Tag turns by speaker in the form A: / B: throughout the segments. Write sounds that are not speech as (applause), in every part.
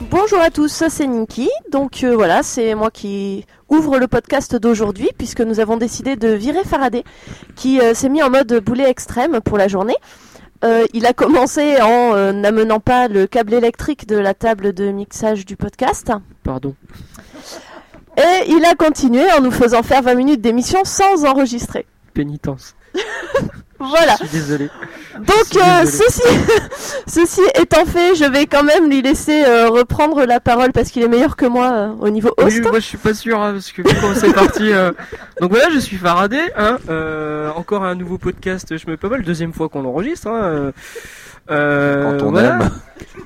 A: Bonjour à tous, c'est Ninki. Donc euh, voilà, c'est moi qui ouvre le podcast d'aujourd'hui puisque nous avons décidé de virer Faraday qui euh, s'est mis en mode boulet extrême pour la journée. Euh, il a commencé en euh, n'amenant pas le câble électrique de la table de mixage du podcast
B: Pardon.
A: et il a continué en nous faisant faire 20 minutes d'émission sans enregistrer.
B: Pénitence.
A: Voilà.
B: Je suis désolé.
A: Donc
B: Je suis
A: euh,
B: désolé.
A: ceci, ceci (laughs) étant fait, je vais quand même lui laisser euh, reprendre la parole parce qu'il est meilleur que moi euh, au niveau
B: Oui,
A: host.
B: moi je suis pas sûr hein, parce que vu comment c'est parti. euh, Donc voilà, je suis Faraday. Hein, euh, encore un nouveau podcast. Je me pas mal. Deuxième fois qu'on l'enregistre. Hein, euh, euh,
C: Quand on
B: voilà.
C: aime.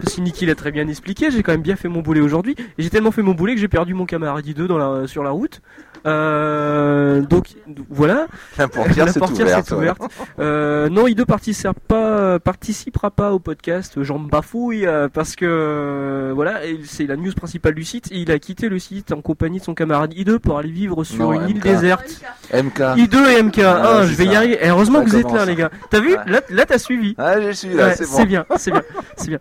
B: Parce que Niki l'a très bien expliqué. J'ai quand même bien fait mon boulet aujourd'hui. Et j'ai tellement fait mon boulet que j'ai perdu mon Camaradi 2 dans la, sur la route. Euh, donc voilà.
C: (laughs) La portière,
B: la
C: c'est
B: portière
C: ouverte.
B: s'est ouverte. Euh, non, Ido participera pas, participera pas au podcast. J'en bafouille euh, parce que euh, voilà, et c'est la news principale du site. Il a quitté le site en compagnie de son camarade Ido pour aller vivre sur
C: Non,
B: une île
C: MK.
B: déserte.
C: ouais. MK.
B: Ido et MK.
C: Ah,
B: Ah,
C: c'est
B: je vais y
C: ça.
B: arriver. Eh, heureusement
C: Ça
B: que vous êtes
C: commence,
B: là,
C: hein.
B: les gars. T'as vu
C: Ouais.
B: Là, là, t'as suivi.
C: Ah, je suis là,
B: Ouais,
C: c'est bon.
B: bien, c'est bien, c'est bien.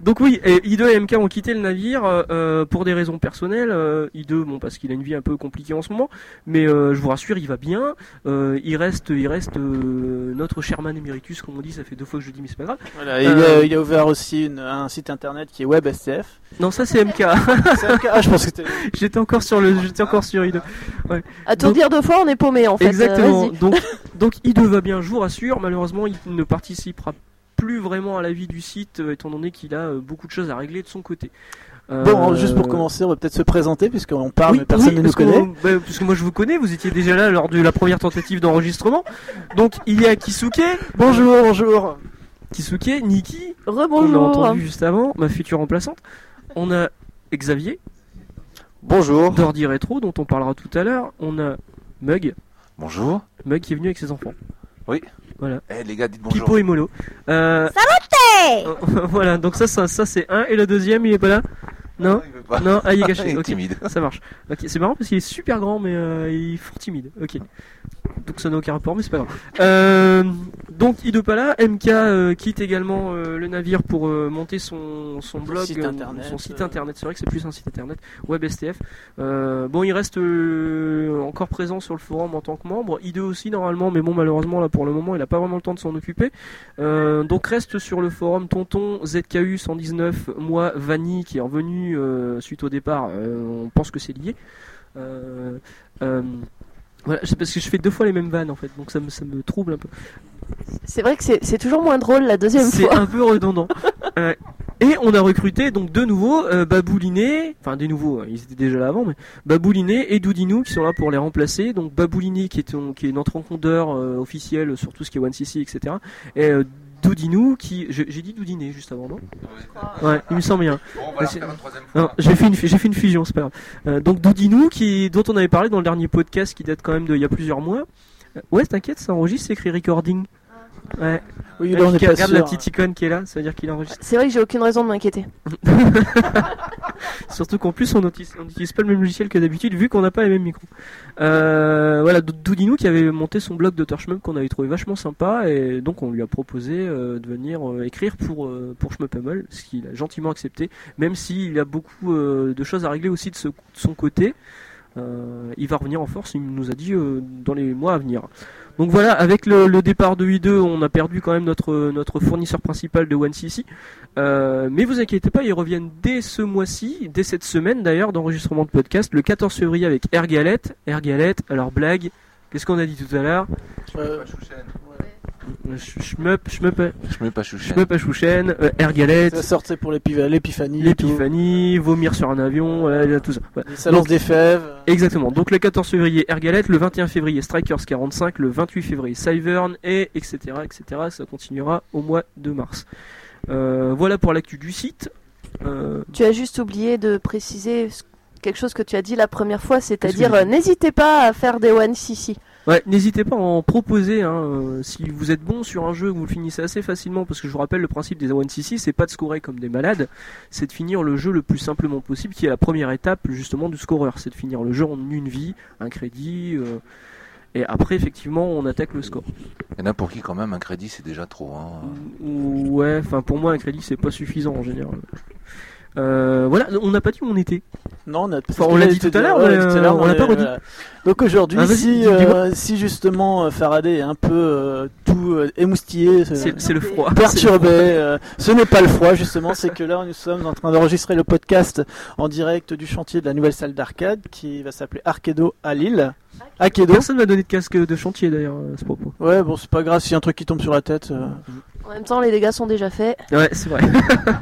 B: Donc oui, et Ido et MK ont quitté le navire euh, pour des raisons personnelles. Euh, Ido, bon, parce qu'il a une vie un peu compliquée en ce moment, mais euh, je vous rassure, il va bien. Euh, il reste, il reste euh, notre Sherman Emeritus, comme on dit. Ça fait deux fois que je le dis, mais c'est pas grave.
D: Voilà, et
B: Euh,
D: il, a, il a ouvert aussi une- un site internet qui
B: (laughs)
D: est WebSTF.
B: Non, ça c'est MK.
D: C'est un cas- ah, je pense que c'était.
B: j'étais encore sur le, j'étais encore sur Ido.
A: À tout
B: Donc-
A: dire deux fois, on est paumé en fait. Euh,
B: Exactement.
A: vas-y.
B: donc, donc I2 va bien, je vous rassure. Malheureusement, il ne participera plus vraiment à la vie du site, euh, étant donné qu'il a euh, beaucoup de choses à régler de son côté. Euh,
D: Bon, juste pour commencer, on va peut-être se présenter puisqu'on parle,
B: Oui,
D: mais personne
B: oui,
D: ne nous
B: parce que-
D: connaît.
B: bah, parce que moi je vous connais, vous étiez déjà là lors de la première tentative d'enregistrement. Donc il y a Kisuke,
D: Bonjour, bonjour.
B: Kisuke, Nikki, qu'on a
A: Rebonjour.
B: entendu juste avant, ma future remplaçante. On a Xavier,
C: Bonjour.
B: d'Ordi Rétro, dont on parlera tout à l'heure. On a Mug,
C: Bonjour.
B: Mug qui est venu avec ses enfants.
C: Eh les gars, dites bonjour.
B: Pipo et Molo. Euh, euh, (laughs) voilà, donc ça, ça, ça c'est un. Et le deuxième, il est pas là Non
C: il veut pas.
B: Non, ah, il est
C: (laughs) Il
B: caché.
C: est
B: ok.
C: timide.
B: (laughs) Ça marche. Ok, c'est marrant parce qu'il est super grand, mais euh, il est fort timide. Ok. Donc ça n'a aucun rapport, mais c'est pas grave. Euh, donc Idopala, MK euh, quitte également euh, le navire pour euh, monter son, son blog,
D: site
B: euh,
D: internet,
B: son site
D: euh.
B: internet. C'est vrai que c'est plus un site internet, WebSTF. Euh, bon, il reste euh, encore présent sur le forum en tant que membre. Ido aussi normalement, mais bon malheureusement là pour le moment il n'a pas vraiment le temps de s'en occuper. Euh, donc reste sur le forum Tonton ZKU 119, moi Vanny qui est revenu euh, suite au départ, euh, on pense que c'est lié. Euh, euh, voilà, c'est parce que je fais deux fois les mêmes vannes en fait, donc ça me, ça me trouble un peu.
A: C'est vrai que c'est c'est toujours moins drôle la deuxième
B: C'est
A: fois.
B: un peu redondant. Euh, et on a recruté donc de nouveaux euh, Babouliné, enfin des nouveaux, hein, ils étaient déjà là avant, mais Babouliné et Doudinou qui sont là pour les remplacer. Donc Babouliné qui est, ton- qui est notre encondeur euh, officiel sur tout ce qui est 1cc, etc. Et euh, Doudinou qui. je- J'ai dit Doudiné juste avant, non Ouais, il me semble bien.
C: Bon,
B: Mais
C: voilà,
B: c'est-
C: faire une troisième fois.
B: hein. Non, j'ai fait une fu- j'ai fait une fusion, c'est pas grave. Euh, donc Doudinou, qui dont on avait parlé dans le dernier podcast, qui date quand même d'il y a plusieurs mois. Euh, ouais, t'inquiète, ça enregistre, c'est écrit recording.
D: Ah,
B: Ouais.
D: Oui, là, on est
B: Regarde-
D: pas
B: regarde la
D: sûr. hein.
B: petite icône qui est là, ça veut dire qu'il enregistre.
A: C'est vrai que j'ai aucune raison de m'inquiéter.
B: Surtout qu'en plus on n'utilise on n'utilise pas le même logiciel que d'habitude, vu qu'on n'a pas les mêmes micros. Euh, voilà, Dou- Doudinou qui avait monté son blog de Schmup qu'on avait trouvé vachement sympa, et donc on lui a proposé euh, de venir euh, écrire pour euh, pour Schmuppemel, ce qu'il a gentiment accepté, même s'il a beaucoup euh, de choses à régler aussi de, ce- de son côté. Euh, il va revenir en force, il nous a dit euh, dans les mois à venir. Donc voilà, avec le, le départ de i2, on a perdu quand même notre, notre fournisseur principal de OneCC. Euh, mais vous inquiétez pas, ils reviennent dès ce mois-ci, dès cette semaine d'ailleurs, d'enregistrement de podcast, le 14 février avec Air Galette. Air Galette, alors blague, qu'est-ce qu'on a dit tout à l'heure
C: hein.
D: Euh,
B: Ch- Shmup, Shmup,
C: Je mets pas chouchen.
B: Shmup à Chouchen, euh, Air Galette,
D: ça sortait pour l'épi- l'épiphanie. et tout.
B: l'épiphanie, vomir sur un avion, voilà, tout ça. Voilà.
D: Les salons
B: Donc-
D: des fèves. euh,
B: Exactement. Donc le 14 février Air Galette, le 21 février Strikers 45, le 28 février Cyvern et etc etc. Ça continuera au mois de mars. Euh, voilà pour l'actu du site. Euh,
A: Tu as juste oublié de préciser ce- quelque chose que tu as dit la première fois, c'est-à-dire
B: Qu'est-ce que j'ai
A: euh, n'hésitez pas à faire des one CC.
B: ouais, n'hésitez pas à en proposer. hein, euh, si vous êtes bon sur un jeu, vous le finissez assez facilement parce que je vous rappelle le principe des 1cc, c'est pas de scorer comme des malades, c'est de finir le jeu le plus simplement possible, qui est la première étape justement du scoreur, c'est de finir le jeu en une vie, un crédit. euh, et après, effectivement, on attaque le score.
C: Il y en a pour qui, quand même, un crédit, c'est déjà trop. Hein.
B: Ouais, enfin pour moi un crédit c'est pas suffisant en général. Euh, voilà, on n'a pas dit où on était.
D: Non, on, a-
B: Enfin, on l'a dit tout à l'heure,
D: Ouais,
B: mais,
D: tout à
B: euh,
D: l'heure,
B: on l'a
D: est-
B: pas redit.
D: voilà. Donc aujourd'hui,
B: Ah, vas-y,
D: si,
B: dis- dis-moi.
D: euh, si justement euh, Faraday est un peu euh, tout euh, émoustillé, euh,
B: C'est c'est le froid.
D: perturbé, euh, ce n'est pas le froid justement, c'est que là nous sommes en train d'enregistrer le podcast en direct du chantier de la nouvelle salle d'arcade qui va s'appeler Arkedo à Lille. Arkedo
B: Personne m'a donné de casque de chantier d'ailleurs euh, à ce propos.
D: Ouais, bon, c'est pas grave s'il y a un truc qui tombe sur la tête. euh.
A: En même temps, les dégâts sont déjà faits.
B: Ouais, c'est vrai. (laughs)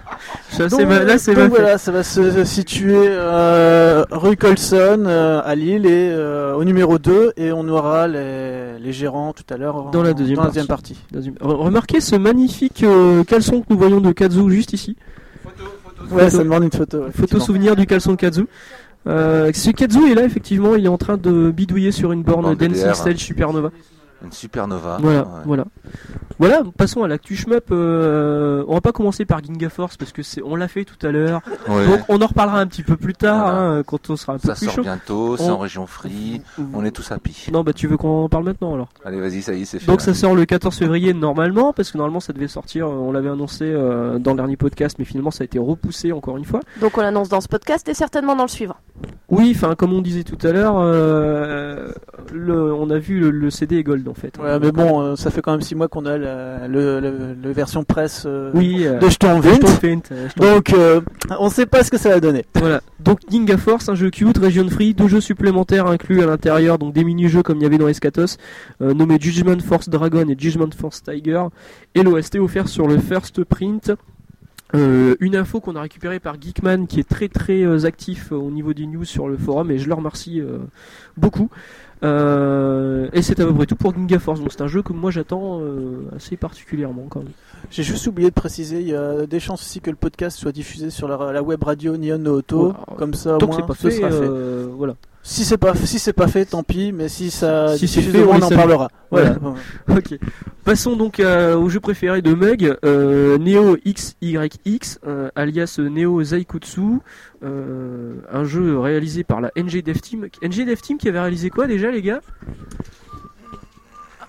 B: Ça,
D: Donc,
B: Bah, c'est ma- là, c'est
D: donc
B: ma fête.
D: voilà, ça va se se situer euh, rue Colson euh, à Lille et euh, au numéro 2 et on aura les, les gérants tout à l'heure
B: Dans la
D: en-
B: deuxième
D: dans partie.
B: Dans une- Re- Remarquez ce magnifique euh, caleçon que nous voyons de Kazu juste ici.
D: Ouais, ça demande une photo.
B: Photo
D: effectivement.
B: souvenir du caleçon de Kazu. Euh, ce Kazu est là, effectivement, il est en train de bidouiller sur une borne
C: Borne
B: Dancing
C: DDR.
B: Stage Supernova.
C: Une supernova.
B: Voilà,
C: Ah, Ouais.
B: voilà. Voilà, passons à l'actu shmup. euh, on va pas commencer par Ginga Force parce que c'est, on l'a fait tout à l'heure.
C: Ouais.
B: Donc on en reparlera un petit peu plus tard
C: Voilà.
B: hein, quand on sera un peu
C: ça
B: plus
C: sort
B: chaud.
C: bientôt, c'est
B: On-
C: en région free. On est tous happy.
B: Non, bah tu veux qu'on en parle maintenant alors.
C: Allez, vas-y, ça y est, c'est fait.
B: Donc ça sort le 14 février normalement, parce que normalement ça devait sortir, euh, on l'avait annoncé euh, dans le dernier podcast, mais finalement ça a été repoussé encore une fois.
A: Donc on l'annonce dans ce podcast et certainement dans le suivant.
B: Oui, enfin comme on disait tout à l'heure, euh, le- on a vu le, le CD est gold en fait.
D: Ouais, mais bon, euh, ça fait quand même 6 mois qu'on a la, le, le- le version presse euh,
B: oui, euh,
D: de Jeton
B: je t'en
D: Vint.
B: fais une, euh, je t'en-
D: Donc, euh, on sait pas ce que ça va donner.
B: voilà. Donc Ninja Force, un jeu cute, Region Free, deux jeux supplémentaires inclus à l'intérieur, donc des mini-jeux comme il y avait dans Escatos, euh, nommés Judgment Force Dragon et Judgment Force Tiger, et l'OST offert sur le first print. Euh, une info qu'on a récupérée par Geekman qui est très très euh, actif euh, au niveau des news sur le forum et je le remercie euh, beaucoup. Euh, et c'est à peu près tout pour Ninja Force, donc c'est un jeu que moi j'attends euh, assez particulièrement quand même.
D: J'ai juste oublié de préciser, il y a des chances aussi que le podcast soit diffusé sur la, la web radio Neon No Auto.
B: Ouais, alors,
D: Comme ça, au
B: Tant que
D: moins,
B: c'est pas
D: ce
B: fait,
D: sera fait.
B: euh, voilà.
D: Si c'est pas, si c'est pas fait, tant pis. Mais si ça,
B: Si c'est
D: diffuse
B: fait,
D: au moins,
B: on
D: on en
B: les salue.
D: parlera. Voilà.
B: (laughs) Ok. Passons donc euh, au jeu préféré de Meg, euh, Neo XYX, euh, alias Neo Zaikutsu, euh, un jeu réalisé par la NG Dev Team. NG Dev Team qui avait réalisé quoi déjà, les gars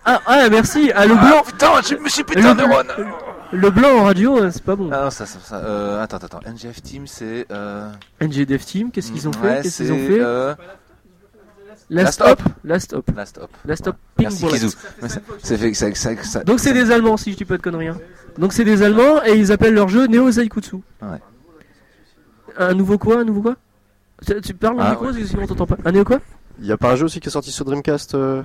B: ah, ah, merci Ah, le
C: Ah,
B: blanc
C: putain, je me suis putain
B: Le-
C: de neurone
B: Le blanc en radio, euh, c'est pas bon.
C: Ah non, ça, ça, ça. Euh, attends, attends, attends. NGF Team, c'est. Euh... mm,
B: NG Dev Team, qu'est-ce qu'ils ont
C: ouais,
B: fait Qu'est-ce
C: c'est,
B: qu'ils ont fait
C: euh,
B: Last
C: Last
B: Hop Last Hop.
C: Last Hop.
B: Last Hop Pink
C: Merci,
B: Bullet.
C: Kizou. Mais ça- C'est fait que ça. que ça, que ça
B: Donc c'est des Allemands, si je dis pas de conneries. hein. Donc c'est des Allemands et ils appellent leur jeu Neo Zaikutsu.
C: Ouais.
B: Un nouveau quoi Un nouveau quoi Tu- Tu parles dans le
C: Ah,
B: micro, sinon on t'entend pas. Un Neo quoi
E: Il y a pas un jeu aussi qui est sorti sur Dreamcast euh,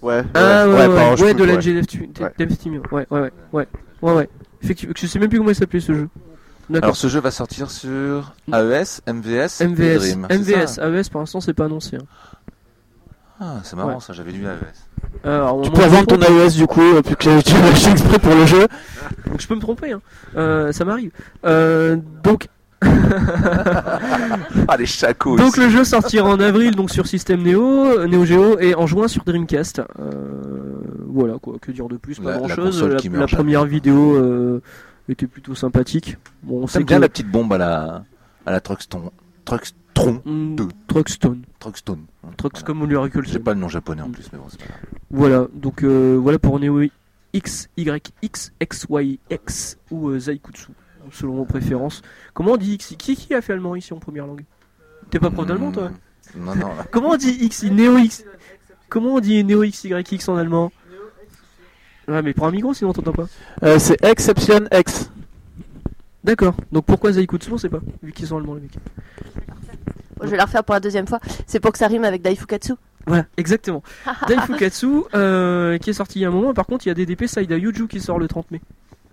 E: Ouais.
B: Ah ouais, ouais,
E: par un
B: ouais,
E: jeu,
B: de la
E: ouais.
B: GDF tu-
E: Ouais.
B: Dev Team. Ouais, ouais, ouais, ouais, ouais, ouais. Effectivement, je sais même plus comment il s'appelait ce jeu. D'accord.
C: Alors ce jeu va sortir sur E AES, MVS, et
B: MVS,
C: Dream, c'est
B: MVS,
C: ça
B: AES E pour l'instant c'est pas annoncé. hein.
C: Ah, c'est marrant
B: Ouais.
C: ça, j'avais lu AES.
B: Euh, Alors,
D: Tu
B: on
D: peux
B: m'en
D: vendre
B: trompe,
D: ton AES du coup, euh, puis que (laughs) tu l'as acheté exprès pour le jeu.
B: donc je peux me tromper, hein. Euh, ça m'arrive. Euh, donc
C: Ah les chacos
B: Donc
C: ici.
B: le jeu sortira en avril donc sur système Neo, euh, Neo Geo et en juin sur Dreamcast. Euh, voilà quoi, que dire de plus, pas
C: La- la
B: grand chose.
C: console
B: La,
C: qui meurt
B: la
C: jamais.
B: première vidéo euh, était plutôt sympathique. Bon, on sait
C: J'aime
B: que
C: bien la petite bombe à la, à la Truxton. Truxtron.
B: Hmm,
C: deux.
B: Truckstone,
C: Truxton.
B: Trucks
C: Voilà.
B: comme on lui a reculé.
C: J'ai pas le nom japonais en plus, mais bon, c'est pas grave.
B: Voilà, donc euh, voilà pour Neo X Y X X Y X ou euh, Zaikutsu selon vos préférences. Comment on dit X Qui qui a fait allemand ici en première langue T'es pas prof d'allemand toi
C: Mm, Non, non.
B: Comment on dit X Néo X Comment on dit Néo XYX en allemand Ouais, mais prends un micro sinon on t'entend pas.
D: Euh, c'est Exception X.
B: D'accord, donc pourquoi Zaikutsu on sait pas, vu qu'ils sont allemands les mecs.
A: Bon, je vais la refaire pour la deuxième fois. C'est pour que ça rime avec Daifukatsu.
B: Voilà, exactement. Daifukatsu, euh, qui est sorti il y a un moment, par contre il y a DDP Saida Yuju qui sort le 30 mai.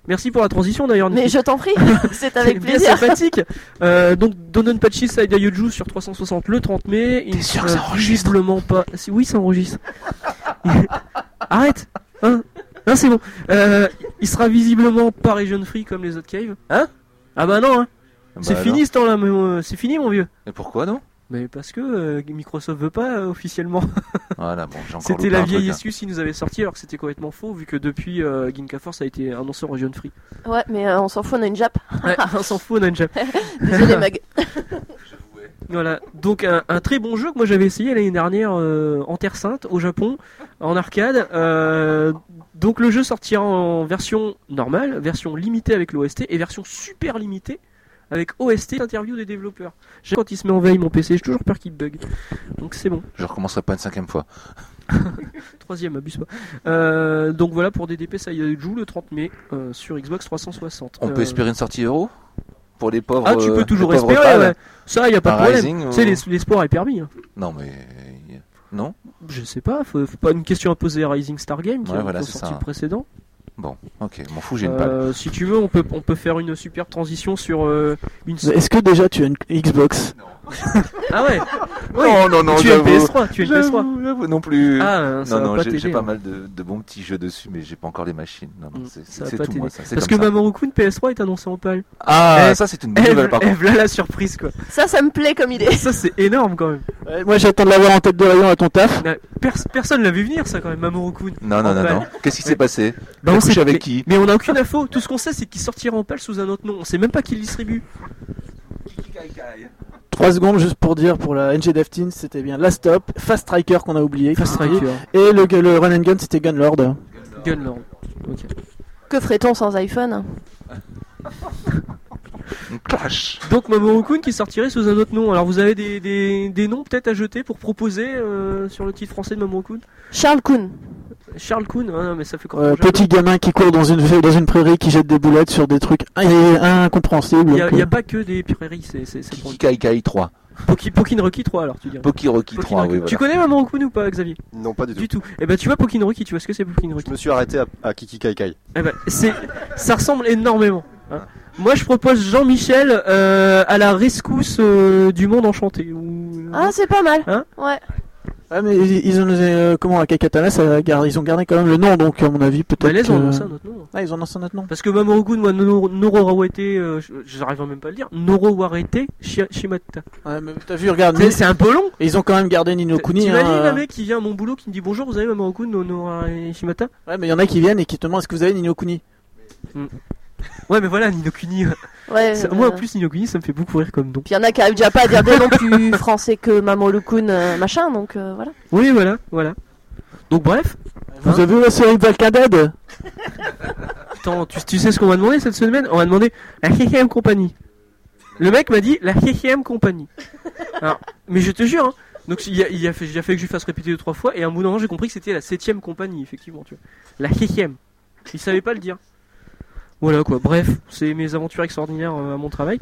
B: Merci pour la transition d'ailleurs.
A: Mais
B: Niki.
A: je t'en
B: (laughs)
A: prie, c'est
B: C'est
A: avec
B: bien
A: plaisir.
B: sympathique. Euh, donc Dononpachi Saida Yuju sur 360 le 30 mai. Il
C: T'es sûr
B: sera
C: que ça enregistre
B: visiblement pas. si- Oui, ça enregistre. Arrête. Hein Hein, c'est bon. Euh, il sera visiblement pas region free comme les autres caves. Hein Ah bah non. Hein. c'est
C: Bah,
B: fini ce temps-là, mais euh, c'est fini mon vieux.
C: non. Et pourquoi non
B: Mais parce que euh, Microsoft veut pas euh, officiellement.
C: Voilà, bon, j'ai encore
B: C'était
C: loupé
B: la
C: un truc,
B: vieille
C: hein.
B: excuse qu'ils nous avaient sorti alors que c'était complètement faux vu que depuis euh, Ginka Force a été annoncé en region
C: (laughs)
B: free.
A: Ouais, mais euh, on s'en fout, on a une jappe.
B: Ouais, on s'en fout, on a une jappe. (laughs)
A: Désolé, Mag.
B: Voilà, donc un, un très bon jeu que moi j'avais essayé l'année dernière euh, en Terre Sainte, au Japon, en arcade. Euh, donc le jeu sortira en version normale, version limitée avec l'OST et version super limitée avec OST, interview des développeurs. J'ai quand il se met en veille mon PC, j'ai toujours peur qu'il bug. Donc c'est bon.
C: hein. Je recommencerai pas une cinquième fois.
B: Troisième, abuse pas. Euh, donc voilà pour DDP, ça y joue le 30 mai euh, sur Xbox 360.
C: On
B: Euh,
C: peut espérer une sortie euro pour les pauvres.
B: Ah, tu
C: euh,
B: peux toujours
C: les pauvres
B: espérer,
C: pâles
B: ouais. ça y a pas
C: Un
B: de problème.
C: Rising, euh.
B: Tu
C: ou-
B: sais, l'es- l'espoir est permis. hein.
C: Non, mais. Non
B: Je sais pas, faut, faut pas une question à poser à Rising Star Game qui
C: Ouais,
B: est
C: voilà, c'est
B: sorti
C: ça.
B: le précédent.
C: Bon, ok, m'en fous, j'ai une balle.
B: Euh, si tu veux, on peut, on peut faire une super transition sur euh, une.
D: Est-ce que déjà tu as une Xbox
B: Ah
C: (laughs)
B: ouais, oui.
C: Non, non, non,
B: tu es une PS3, tu es une PS3.
C: J'avoue, j'avoue, non plus.
B: Ah, ça
C: non,
B: va
C: non,
B: pas
C: j'ai- j'ai
B: t'aider.
C: pas mal de, de bons petits jeux dessus, mais j'ai pas encore les machines. Non, non,
B: Mm,
C: c'est-
B: ça va
C: c'est
B: pas
C: tout moi, ça. c'est
B: Parce que
C: comme ça.
B: Mamoru Kun PS3 est annoncé en pâle.
C: Ah,
B: Eh,
C: ça, c'est une bonne
B: Eh
C: nouvelle, par contre.
B: là la surprise
C: (laughs)
B: quoi.
A: Ça, ça me plaît comme idée.
B: Ça c'est énorme quand même.
D: Ouais, Euh, Moi j'attends de l'avoir en tête de rayon à ton taf.
B: Na- pers- personne l'a vu venir ça quand même, Mamoru Kun.
C: Non, non, non, non. Qu'est-ce qui s'est
B: Ouais.
C: passé
B: Bah,
C: T'as
B: on
C: couché
B: sait-
C: avec
B: mais-
C: qui
B: Mais on a aucune info, tout ce qu'on sait c'est qu'il sortira en pâle sous un autre nom. On sait même pas qui le distribue.
D: 3 secondes juste pour dire pour la NG Dev Teens, c'était bien Last Stop, Fast Striker qu'on a oublié.
B: Fast Striker,
D: Et le, le Run and Gun c'était Gunlord. Euh,
B: Gunlord. Ok.
A: Que ferait-on sans iPhone
C: Un clash
B: Donc Mamoru Kun qui sortirait sous un autre nom. Alors vous avez des, des, des noms peut-être à jeter pour proposer euh, sur le titre français de Mamoru Kun
A: Charles Kuhn.
B: Charles Kun, ah, non mais ça fait quand
D: Euh, petit gamin qui court dans une, dans une prairie qui jette des boulettes sur des trucs in- incompréhensibles.
B: Il y a,
D: donc,
B: y a
D: euh,
B: pas que des prairies, c'est c'est c'est pour
C: Kiki Kai Kai 3.
B: Poki- Pokinroki 3 alors tu dirais.
C: Pokiroki 3,
B: Pokinroki.
C: oui,
B: Tu
C: voilà.
B: connais Mamoru Kun ou pas Xavier
E: Non, pas du tout.
B: Du tout. Eh ben tu vois Pokinroki, tu vois ce que c'est Pokinroki
E: Je me suis arrêté à, à Kiki Kai Kai.
B: Eh ben, c'est, ça ressemble énormément. hein. Moi, je propose Jean-Michel euh, à la rescousse euh, du monde enchanté. Ou...
A: Ah, c'est pas mal.
B: Hein
A: ouais.
D: Ah mais ils, ils ont euh, comment à Kakatana ça garde ils ont gardé quand même le nom donc à mon avis peut-être.
B: Malaise, on
D: que-
B: annonce Bah, ça, notre nom.
D: Ah ils ont lancé un autre nom.
B: Parce que Mamoru Gun, moi, Noro Noro Rawete, euh, je- j'arrive même pas à le dire, Noro Warete Shi- Shimata.
D: Ouais mais t'as vu regarde
B: C'est c'est un peu long. euh,
D: ils ont quand même gardé Nino Kuni.
B: T'imagines
D: hein.
B: un mec qui vient à mon boulot qui me dit bonjour, vous avez Mamoru Gun, Noro Warete Shimata
D: euh, Ouais mais il y en a qui viennent et qui te demandent est-ce que vous avez Nino Kuni.
B: Ouais, mais voilà, Ninokuni.
A: Ouais.
B: Ça- Moi, en
A: euh,
B: plus, Ninokuni, ça me fait beaucoup rire comme nom.
A: Puis y en a qui arrivent déjà pas à dire des noms plus français que Maman Loukoun, euh, machin, donc euh, voilà.
B: Oui, voilà, voilà. Donc, bref,
D: Vous avez vu la série Balkan Dead
B: Attends, tu, tu sais ce qu'on m'a demandé cette semaine On m'a demandé la Hehem Company. Le mec m'a dit la Hehem Company. Alors, mais je te jure, hein, donc il y a, il y a fait, il a fait que je lui fasse répéter deux trois fois, et à un bout d'un moment j'ai compris que c'était la septième compagnie, effectivement. Tu vois. La Hehem. Il savait pas le dire. Voilà quoi, bref, c'est mes aventures extraordinaires euh, à mon travail.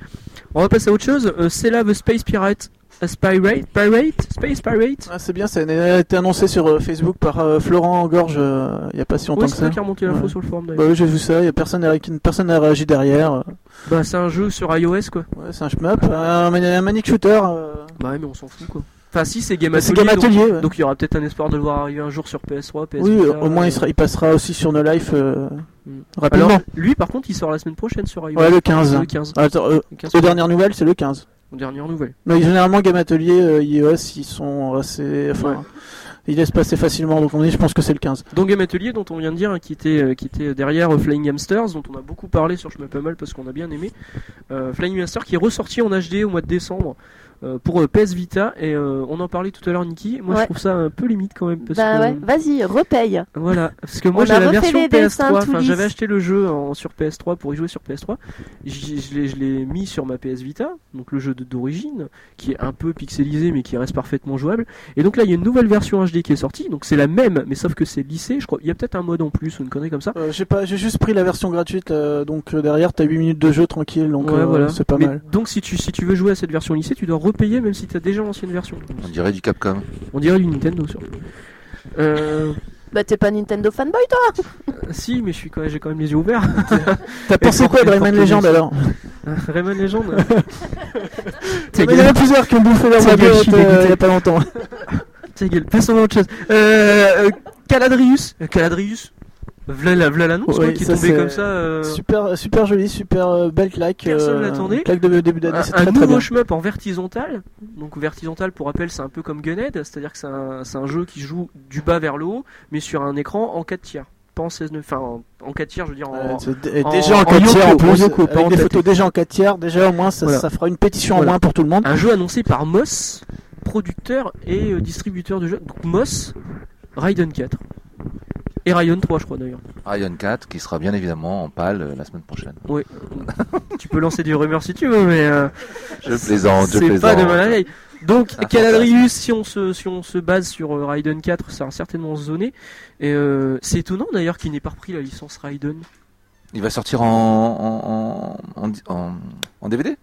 B: On va passer à autre chose. Euh, c'est là The Space Pirate. A Spirate Pirate Space Pirate
D: Ah, C'est bien ça a été annoncé sur euh, Facebook par euh, Florent Gorge euh, il y a pas si longtemps
B: Ouais,
D: que
B: c'est toi
D: ça.
B: qui a remonté l'info
D: Ouais.
B: sur le forum
D: Bah
B: d'ailleurs.
D: oui j'ai vu ça il y a personne n'a- personne n'a réagi derrière.
B: Bah, c'est un jeu sur iOS quoi.
D: Ouais c'est un shmup Euh, un, mani- un manic shooter. euh,
B: Bah, ouais, mais on s'en fout quoi. Enfin, si, c'est Game
D: Bah, C'est
B: Atelier,
D: Game
B: donc-
D: Atelier. ouais.
B: Donc il y aura peut-être un espoir de le voir arriver un jour sur PS3, PS4.
D: Oui, au moins il, sera, il passera aussi sur No Life euh,
B: Mm.
D: rapidement.
B: Alors, lui par contre, il sort la semaine prochaine sur iOS.
D: ouais, le 15.
B: Le 15.
D: Attends, euh,
B: Le 15.
D: aux dernières nouvelles, c'est le 15.
B: Dernière nouvelle.
D: Mais généralement, Game Atelier, euh, iOS, ils sont assez. Enfin, ils laissent passer facilement, donc on dit, je pense que c'est le 15.
B: Donc Game Atelier, dont on vient de dire, hein, qui était, euh, qui était derrière euh, Flying Hamsters, dont on a beaucoup parlé sur Je me pas mal parce qu'on a bien aimé. Euh, Flying Hamsters qui est ressorti en HD au mois de décembre. euh, pour euh, PS Vita et euh, on en parlait tout à l'heure Niki moi je
A: Ouais.
B: trouve ça un peu limite quand même parce
A: Bah
B: que
A: ouais, vas-y, repaye.
B: Voilà, parce que moi
A: On
B: j'ai
A: a
B: la
A: refait
B: version
A: les
B: PS3,
A: dessins tout
B: enfin
A: lisses.
B: j'avais acheté le jeu en, sur PS3 pour y jouer sur PS3, J'y- je l'ai- je l'ai mis sur ma PS Vita, donc le jeu de- d'origine, qui est un peu pixelisé mais qui reste parfaitement jouable, et donc là il y a une nouvelle version HD qui est sortie, donc c'est la même, mais sauf que c'est lissé, je crois, il y a peut-être un mode en plus ou une connerie comme ça.
D: Euh, j'ai pas, j'ai juste pris la version gratuite, euh, donc euh, derrière, t'as 8 minutes de jeu tranquille, donc
B: Ouais,
D: euh,
B: voilà.
D: c'est pas
B: Mais
D: mal.
B: Donc si tu, si tu veux jouer à cette version lissée, tu dois repayer même si tu as déjà l'ancienne version.
C: On dirait du Capcom.
B: On dirait du Nintendo sur. Euh,
A: Bah t'es pas Nintendo fanboy toi
B: si, mais je suis quand même- j'ai quand même les yeux ouverts. (laughs)
D: T'as pensé
B: porte-
D: quoi de
B: et
D: Rayman
B: porte-
D: Legend (laughs) alors
B: Rayman Legend.
D: Il y en a plusieurs qui ont bouffé leur
B: Ta gueule,
D: baguette
B: je suis
D: euh,
B: dégoûté.
D: il y a pas longtemps.
B: Ta gueule, passons à autre chose. Euh, euh, Caladrius. Euh, Caladrius. V'là la- v'là l'annonce
D: Ouais,
B: quoi, qui est
D: ça,
B: tombée
D: c'est-
B: comme ça. euh,
D: Super, super joli, super euh, belle claque.
B: Personne
D: euh,
B: l'attendait.
D: Claque de début d'année,
B: un
D: c'est
B: un
D: très très bien.
B: nouveau shmup en vertical. Donc vertical, pour rappel, c'est un peu comme Gunhead, c'est-à-dire que c'est un, c'est un jeu qui joue du bas vers le haut, mais sur un écran en 4 tiers. Pas en 16 9, enfin en, en 4 tiers, je veux dire en,
D: Ouais, c'est- et
B: en-
D: déjà en,
B: en
D: 4
B: Yoko,
D: tiers en
B: en
D: plus,
B: Yoko, pas
D: avec
B: en
D: des
B: tête.
D: photos déjà en 4 tiers, déjà au moins ça,
B: Voilà.
D: ça fera une pétition
B: Voilà.
D: en moins pour tout le monde.
B: Un jeu annoncé par Moss, producteur et euh, distributeur de jeux. Donc Moss, Raiden 4. Et Ryan 3, je crois d'ailleurs.
C: Ryan 4 qui sera bien évidemment en pâle euh, la semaine prochaine.
B: tu peux lancer des rumeurs si tu veux, mais. euh,
C: Je plaisante, je
B: C'est pas de
C: plaisante.
B: ma veille. Donc,
C: Ah,
B: Caladrius, si on, se, si on se base sur euh, Raiden 4, ça a certainement zoné. Et euh, c'est étonnant d'ailleurs qu'il n'ait pas repris la licence Raiden.
C: Il va sortir en, en, en, en, en DVD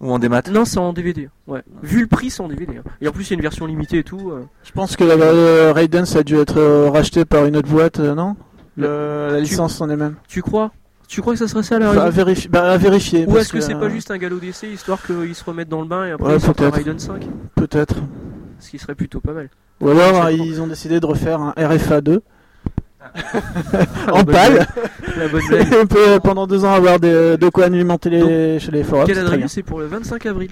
C: Ou en démat
B: Non, c'est en DVD. Ouais. Vu le prix, c'est en DVD. hein. Et en plus, il y a une version limitée et tout. euh.
D: Je pense que la, la- Raiden, ça a dû être euh, racheté par une autre boîte, euh, non Le- La
B: Tu-
D: licence en est même.
B: Tu crois Tu crois que ça serait ça la
D: Enfin, à
B: Raiden
D: vérifier. bah, à vérifier,
B: Ou
D: parce
B: est-ce que c'est
D: euh,
B: pas juste un galop d'essai histoire qu'ils se remettent dans le bain et après
D: Ouais,
B: ils sortent un
D: peut-être.
B: Raiden 5
D: euh, Peut-être.
B: Ce qui serait plutôt pas mal.
D: Ou alors, hein,
B: Exactement.
D: ils ont décidé de refaire un RFA 2
B: La
D: en
B: bonne
D: pâle.
B: blague. La bonne blague.
D: Et (laughs) on peut, euh, pendant deux ans avoir des- euh, de quoi alimenter les, chez les forums. c'est très bien.
B: Caladrius, c'est pour le 25 avril.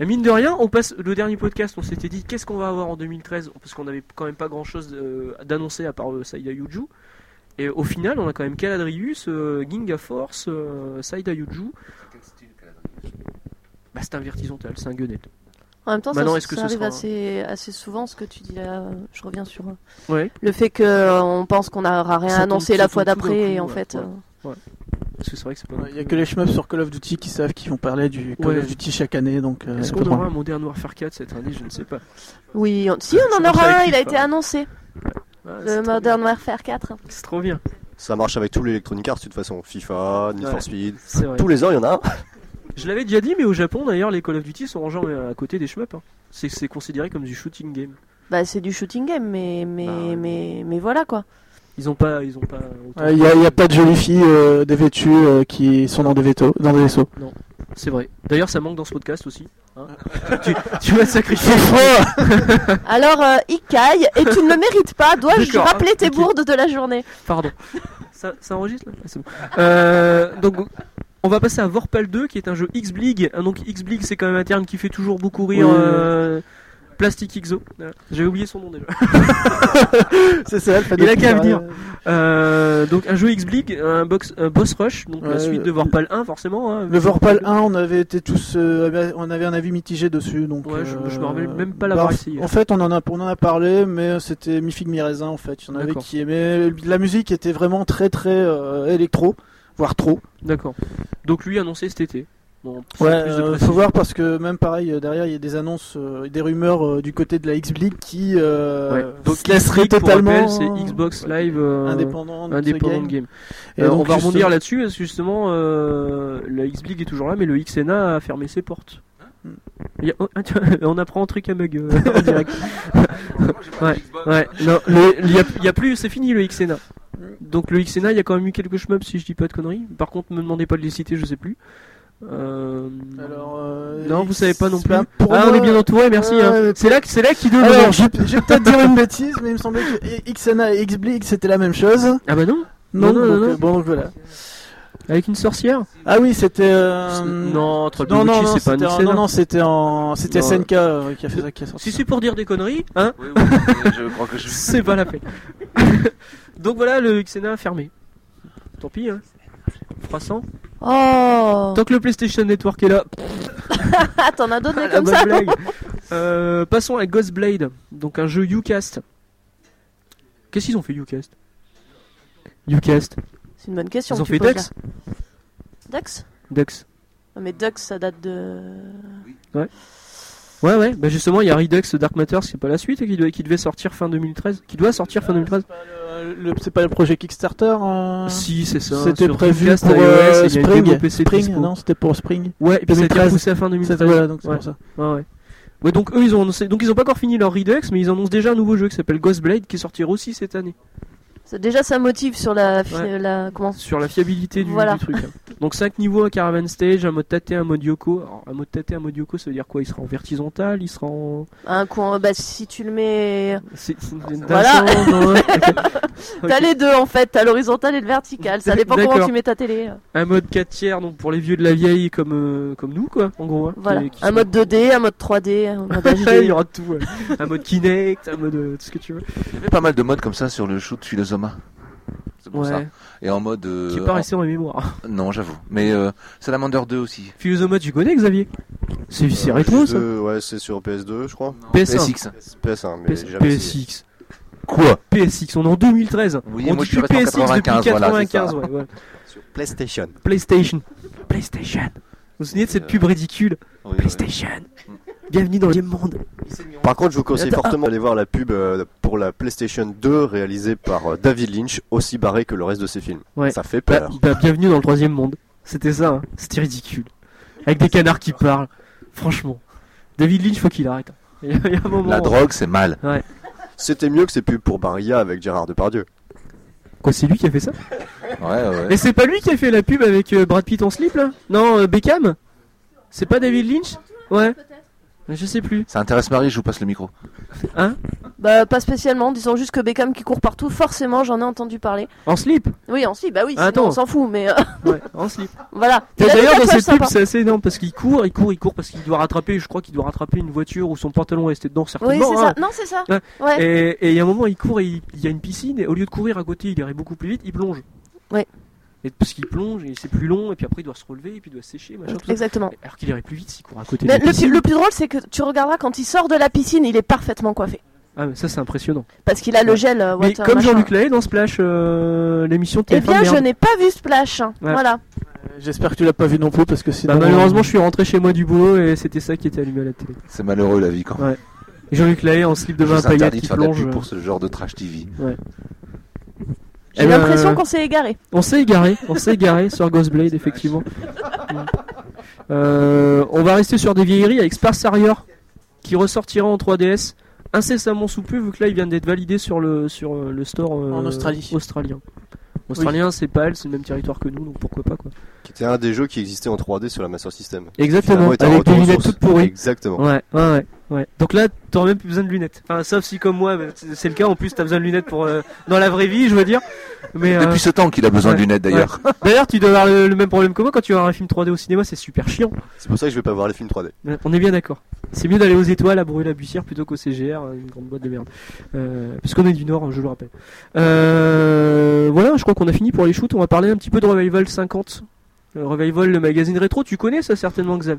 B: Et mine de rien, on passe le dernier podcast, on s'était dit qu'est-ce qu'on va avoir en 2013 parce qu'on avait quand même pas grand-chose euh, d'annoncer à part euh, Saïda Yuju. Et au final, on a quand même Caladrius, euh, Ginga Force, euh, Saïda Yuju. Bah, c'est un vertisontal, c'est un guenette.
A: En même temps,
B: Maintenant,
A: ça,
B: Bah est-ce que
A: ça
B: ce
A: arrive
B: sera un-
A: assez, assez souvent ce que tu dis là. euh, Je reviens sur euh,
B: Ouais.
A: le fait que euh, on pense qu'on n'aura rien
B: Ça tombe-
A: annoncé
B: ça
A: la
B: tombe
A: fois
B: tout d'un coup,
A: d'après et en
B: ouais,
A: fait.
B: ouais.
A: euh,
B: Parce que c'est vrai que c'est pas. non
D: Il n'y a
B: plus-
D: que les shmups sur Call of Duty qui savent qu'ils vont parler du Call
B: Ouais.
D: of Duty chaque année, donc euh,
B: Est-ce
D: on peut
B: qu'on aura
D: prendre.
B: un Modern Warfare 4 cette année Je ne sais pas.
A: Oui, on- si on en
B: C'est pour
A: aura
B: ça
A: un,
B: qu'ils
A: il a
B: parlent.
A: été annoncé.
B: Ah, c'est
A: Le
B: trop
A: Modern
B: bien.
A: Warfare 4.
B: C'est trop bien.
E: Ça marche avec tous les Electronic Arts, de toute façon. FIFA, Need
B: Ouais.
E: for Speed.
B: C'est vrai.
E: Tous les ans, il y en a un.
B: Je l'avais déjà dit, mais au Japon d'ailleurs, les Call of Duty sont rangés à côté des shmups. hein. C'est- C'est considéré comme du shooting game.
A: Bah, c'est du shooting game, mais mais
B: Bah, ouais.
A: mais mais voilà
B: (laughs)
A: quoi.
B: Ils ont pas, ils ont pas. autant-
D: Il n'y a, Euh, y a pas de jolies filles euh, dévêtues euh, qui sont dans des, vétos, dans des
B: (laughs)
D: vaisseaux.
B: C'est vrai. D'ailleurs, ça manque dans ce podcast aussi. hein. (laughs) tu, tu vas te sacrifier.
A: Alors, euh, Ikai, et tu ne le mérites pas, dois-je
B: D'accord,
A: rappeler
B: hein,
A: tes
B: ok.
A: bourdes de la journée
B: Pardon. Ça, ça enregistre là Ah, C'est bon. Euh, donc, on va passer à Vorpal 2, qui est un jeu X-Blig. Ah, Donc, X-Blig, c'est quand même un terme qui fait toujours beaucoup rire.
D: Oui.
B: euh, Plastic Xo. Voilà. J'avais oublié son nom déjà.
D: C'est ça, le fait
B: Il
D: de-
B: a qu'à venir. Euh, donc, un jeu X-Blig, un, box- un boss rush. Donc, la
D: Ouais,
B: suite de
D: le-
B: Vorpal 1, forcément. hein.
D: Le Vorpal 1, on avait été tous, euh, on avait un avis mitigé dessus, donc.
B: Ouais, je-
D: euh,
B: je me rappelle même pas l'avoir
D: bah,
B: essayé.
D: En fait, on en a, on en a parlé, mais c'était mi figue mi raisin en fait. Il y en avait
B: D'accord.
D: qui aimaient. La musique était vraiment très très euh, électro, voire trop.
B: D'accord. Donc, lui, annoncé cet été. Bon, sans
D: Ouais,
B: plus de
D: euh,
B: précision.
D: faut voir parce que même pareil euh, derrière il y a des annonces, euh, et des rumeurs euh, du côté de la X League qui euh,
B: Ouais. Donc,
D: se laisserait
B: Xbox, pour
D: totalement
B: rappel, c'est Xbox Live euh,
D: indépendante.
B: indépendant
D: game.
B: de game.
D: Et
B: Euh, on
D: donc,
B: va
D: justement-
B: rebondir là-dessus parce que justement euh, la X-League est toujours là, mais le XNA a fermé ses portes.
D: Hein
B: Il y a- oh, ah, tiens, (laughs) on apprend un truc à Mug
D: (laughs)
B: euh, en direct. ouais, ouais, non, le- il y a, il y a plus, c'est fini le XNA. Donc le XNA, il y a quand même eu quelques shmups si je dis pas de conneries. Par contre, me demandez pas de les citer, je sais plus. Euh,
D: Alors, euh,
B: non, vous savez pas non plus.
D: bah, pour
B: ah, on
D: moi-
B: est bien entouré, merci.
D: ouais,
B: hein.
D: ouais, ouais.
B: C'est là, que- c'est là qui donne.
D: Alors, je, je vais peut-être dire une bêtise, mais il me semblait que XNA et Xbleak c'était la même chose.
B: Ah bah non, Non, non,
D: Non, donc,
B: non,
D: euh,
B: non.
D: bon, donc voilà.
B: avec une sorcière.
D: Ah oui, c'était. euh,
B: non, Troll
D: non, non,
B: Bewitched,
D: non,
B: c'est pas
D: c'était
B: un
D: en-
B: XNA.
D: non, non, c'était en, c'était
B: Non.
D: SNK euh, qui a fait ça, qui a sorti.
B: Si c'est pour dire des conneries, hein,
C: Oui, oui, oui, je crois que je.
B: C'est pas la paix. (laughs) Donc voilà, le XNA a fermé. Tant pis, hein. 300.
A: Oh
B: Tant que le PlayStation Network est là, pff,
A: (laughs) Ah, t'en as donné
B: la
A: comme
B: bonne
A: ça (laughs)
B: blague. Euh, passons à Ghostblade, donc un jeu Ucast. Qu'est-ce qu'ils ont fait Ucast Ucast.
A: C'est une bonne question.
B: Ils ont
A: que
B: fait
A: tu poses,
B: Dex
A: là. Dex
B: Dex.
A: Non, Mais Dex, ça date de.
B: Ouais, ouais, bah justement, il y a Redux Dark Matter, c'est pas la suite, qui, doit- qui devait sortir fin 2013. Qui doit sortir fin 2013
D: Euh, le- C'est pas le projet Kickstarter. euh,
B: Si, c'est ça.
D: C'était
B: sur
D: prévu
B: Dreamcast,
D: pour
B: iOS,
D: euh,
B: et il y a une démo
D: Spring.
B: PC
D: Spring,
B: dispo.
D: non, c'était pour Spring.
B: Ouais, et puis ça a été
D: 2013.
B: repoussé à fin
D: C'était-
B: 2013.
D: Voilà, donc c'est
B: Ouais.
D: pour ça.
B: Ouais, ouais. Ouais, donc eux ils ont annoncé, donc ils ont pas encore fini leur Redux, mais ils annoncent déjà un nouveau jeu qui s'appelle Ghostblade qui sortira aussi cette année
A: Ça- Déjà, ça motive sur la. fi-
B: Ouais.
A: la... Comment
B: sur la fiabilité du,
A: Voilà.
B: du truc.
A: (laughs)
B: hein. Donc 5 niveaux, un caravan stage, un mode Tate, un mode Yoko. Alors, un mode Tate, un mode Yoko, ça veut dire quoi Il sera en vertical, il sera en.
A: Un coin. Bah, si tu le mets.
B: C'est- c'est-
A: Voilà.
B: dans- dans- ouais, ok.
A: (laughs) T'as
B: (laughs) Ok.
A: les deux en fait, t'as l'horizontal et le vertical. Ça dépend comment
B: D'accord.
A: tu mets ta télé.
B: Un mode 4 tiers, donc pour les vieux de la vieille comme, euh, comme nous, quoi, en gros. hein,
A: Voilà.
B: qui- qui
A: Un
B: sont-
A: mode 2D, un mode 3D, un mode
B: (laughs) il y
A: HD.
B: aura tout.
A: (laughs)
B: ouais. Un mode Kinect, un mode euh, tout ce que tu veux.
C: Il y avait pas mal de modes comme ça sur le shoot Philosoma. C'est pour ça.
B: Ouais,
C: Et en mode. euh,
B: qui est pas
C: en-
B: resté dans mes mémoires.
C: Non, j'avoue. Mais euh, Salamander 2 aussi.
B: Philosomode, tu connais Xavier C'est (laughs) c'est
E: Euh,
B: rétro
E: les
B: ça
E: deux, Ouais, c'est sur PS2, je crois.
B: PS1.
C: SX.
E: PS1, mais
B: PS-
E: j'ai jamais essayé.
B: PSX.
C: Quoi
B: PSX, on est en 2013.
C: Oui,
B: on
C: moi,
B: dit
C: je suis
B: plus
C: resté en
B: PSX depuis
C: 95,
B: 95.
C: voilà, c'est ça.
B: ouais, voilà.
F: Sur PlayStation.
B: PlayStation. PlayStation. Vous vous souvenez de cette
C: Euh,
B: pub ridicule PlayStation. Bienvenue dans le monde.
F: Par contre, je vous conseille
B: Attends, ah.
F: fortement d'aller voir la pub euh, pour la PlayStation 2 réalisée par euh, David Lynch, aussi barré que le reste de ses films.
B: Ouais.
F: Ça fait
B: Bah,
F: peur.
B: bah, bienvenue dans le troisième monde. C'était ça, hein. c'était ridicule. Avec des canards qui parlent. Franchement. David Lynch, faut qu'il arrête. hein. Il y a- il y a un moment.
C: La drogue, c'est mal.
F: C'était mieux que ces pubs pour Barilla avec Gérard Depardieu.
B: Quoi, c'est lui qui a fait ça
C: Ouais, ouais.
B: Mais c'est pas lui qui a fait la pub avec euh, Brad Pitt en slip là Non, euh, Beckham C'est pas David Lynch Ouais. Je sais plus.
C: Ça intéresse Marie, je vous passe le micro.
A: Bah, pas spécialement, disons juste que Beckham qui court partout, forcément, j'en ai entendu parler.
B: En slip
A: Oui, ensuite, bah oui, sinon,
B: Ah, Attends.
A: on s'en fout, mais euh, (laughs)
B: Ouais, en slip.
A: voilà.
B: Et
A: Il a
B: D'ailleurs,
A: des
B: dans
A: tatouages
B: cette pub,
A: sympas.
B: c'est assez énorme parce qu'il court, il court, il court parce qu'il doit rattraper, je crois qu'il doit rattraper une voiture ou son pantalon est resté dedans,
A: Oui,
B: certainement.
A: c'est
B: hein.
A: ça. Non, c'est ça.
B: Ouais.
A: Ouais.
B: Et et il y a un moment, il court et il il y a une piscine, et au lieu de courir à côté, il irait beaucoup plus vite, il plonge.
A: Ouais.
B: Et parce qu'il plonge, et c'est plus long, et puis après il doit se relever, et puis il doit se sécher, machin, tout ça.
A: Exactement.
B: Alors qu'il irait plus vite s'il court à côté. de
A: Mais le,
B: la
A: plus-
B: piscine.
A: le plus drôle, c'est que tu regarderas quand il sort de la piscine, il est parfaitement coiffé.
B: Ah, mais ça c'est impressionnant.
A: Parce qu'il a le gel euh,
B: Mais
A: water.
B: comme
A: machin.
B: Jean-Luc Lahaye dans Splash, euh, l'émission
A: Eh
B: TF1
A: bien, je
B: merde.
A: n'ai pas vu Splash. Voilà.
D: Euh, J'espère que tu l'as pas vu non plus parce que sinon. euh,
B: Bah, malheureusement, je suis rentré chez moi du boulot et c'était ça qui était allumé à la télé.
C: C'est malheureux la vie quand
B: Ouais, Et Jean-Luc Lahaye en slip de
C: Je
B: vin
C: vous
B: paillettes
C: interdis de
B: qui
C: faire de la
B: plonge. euh.
C: pub pour ce genre de trash TV.
A: J'ai
B: Eh ben,
A: l'impression qu'on s'est égaré.
B: On s'est égaré, on s'est égaré sur
A: (laughs)
B: Ghostblade, effectivement. Mm. Euh, on va rester sur des vieilleries avec Space Harrier qui ressortira en 3DS incessamment sous peu, vu que là il vient d'être validé sur le, sur euh, le store euh,
D: En Australie.
B: australien. Australien, c'est pas elle, c'est le même territoire que nous, donc pourquoi pas quoi.
F: Qui était un des jeux qui existait en 3D sur la Master System.
B: Exactement,
F: Finalement, était un
B: avec
F: retour
B: des
F: aux
B: lunettes
F: sources.
B: toutes pourries.
F: Exactement.
B: Ouais, ouais, ouais. ouais. Donc là, t'auras même plus besoin de lunettes. Enfin, sauf si comme moi, bah, c'est c'est le cas. En plus, t'as besoin de lunettes pour euh, dans la vraie vie, je veux dire. Mais euh,
C: Depuis ce temps qu'il a besoin
B: ouais,
C: de lunettes d'ailleurs.
B: d'ailleurs, tu dois avoir le, le même problème que moi quand tu vas voir un film 3D au cinéma, c'est super chiant.
F: C'est pour ça que je vais pas voir les films 3D.
B: On est bien d'accord. C'est mieux d'aller aux étoiles à brûler la bussière plutôt qu'au CGR, une grande boîte de merde. Euh, puisqu'on est du Nord, je le rappelle. Euh, voilà, je crois qu'on a fini pour les shoots. On va parler un petit peu de Revival 50. Le Revival, le magazine rétro, tu connais ça certainement, Xav.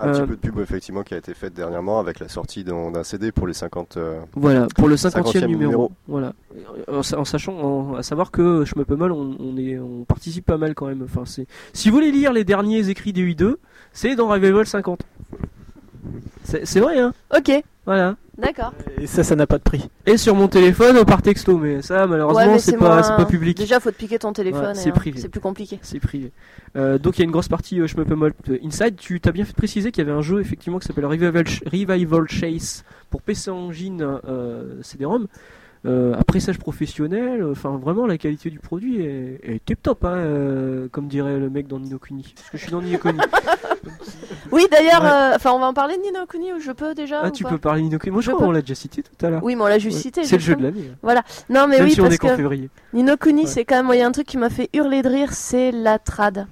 F: Un
B: Euh,
F: petit peu de pub, effectivement, qui a été faite dernièrement avec la sortie d'un d'un CD pour les 50. euh,
B: Voilà, pour le 50e,
F: 50e
B: numéro.
F: numéro.
B: Voilà. En, sa- en sachant, en- à savoir que je me peux mal, on, on est, on participe pas mal quand même. Enfin, c'est. Si vous voulez lire les derniers écrits des UI2, c'est dans Revival 50. C'est c'est vrai, hein.
A: Ok.
B: Voilà.
A: D'accord.
D: Et ça, ça n'a pas de prix.
B: Et sur mon téléphone par texto, mais ça, malheureusement,
A: Ouais, mais
B: c'est
A: c'est
B: pas,
A: moins-
B: c'est pas public.
A: Déjà, faut te piquer ton téléphone.
B: Ouais,
A: et,
B: c'est
A: euh,
B: privé.
A: C'est plus compliqué.
B: C'est privé. Euh, donc il y a une grosse partie euh, je me peux mal euh, Inside. Tu t'as bien fait de préciser qu'il y avait un jeu effectivement qui s'appelle Revival, Ch- Revival Chase pour PC Engine euh, CD-ROM. Euh, un pressage professionnel, euh, enfin vraiment la qualité du produit est, est tip top, hein, euh, comme dirait le mec dans Nino Kuni. Parce que je suis dans Nino Kuni.
A: (laughs) Ah, Oui, d'ailleurs,
B: Ouais.
A: euh, enfin, on va en parler de Nino Kuni ou je peux déjà
B: ah,
A: ou
B: tu
A: pas
B: peux parler de Nino Kuni. Moi je
A: Je
B: crois qu'on
A: peux.
B: l'a déjà cité tout à l'heure.
A: Oui, mais on l'a juste
B: Ouais.
A: cité.
B: C'est le jeu
A: justement.
B: de l'année.
A: Non, mais
B: Même
A: oui,
B: si on
A: parce
B: est qu'en
A: que
B: février.
A: Nino Kuni,
B: Ouais.
A: c'est quand même. Il y a un truc qui m'a fait hurler de rire, c'est la trad.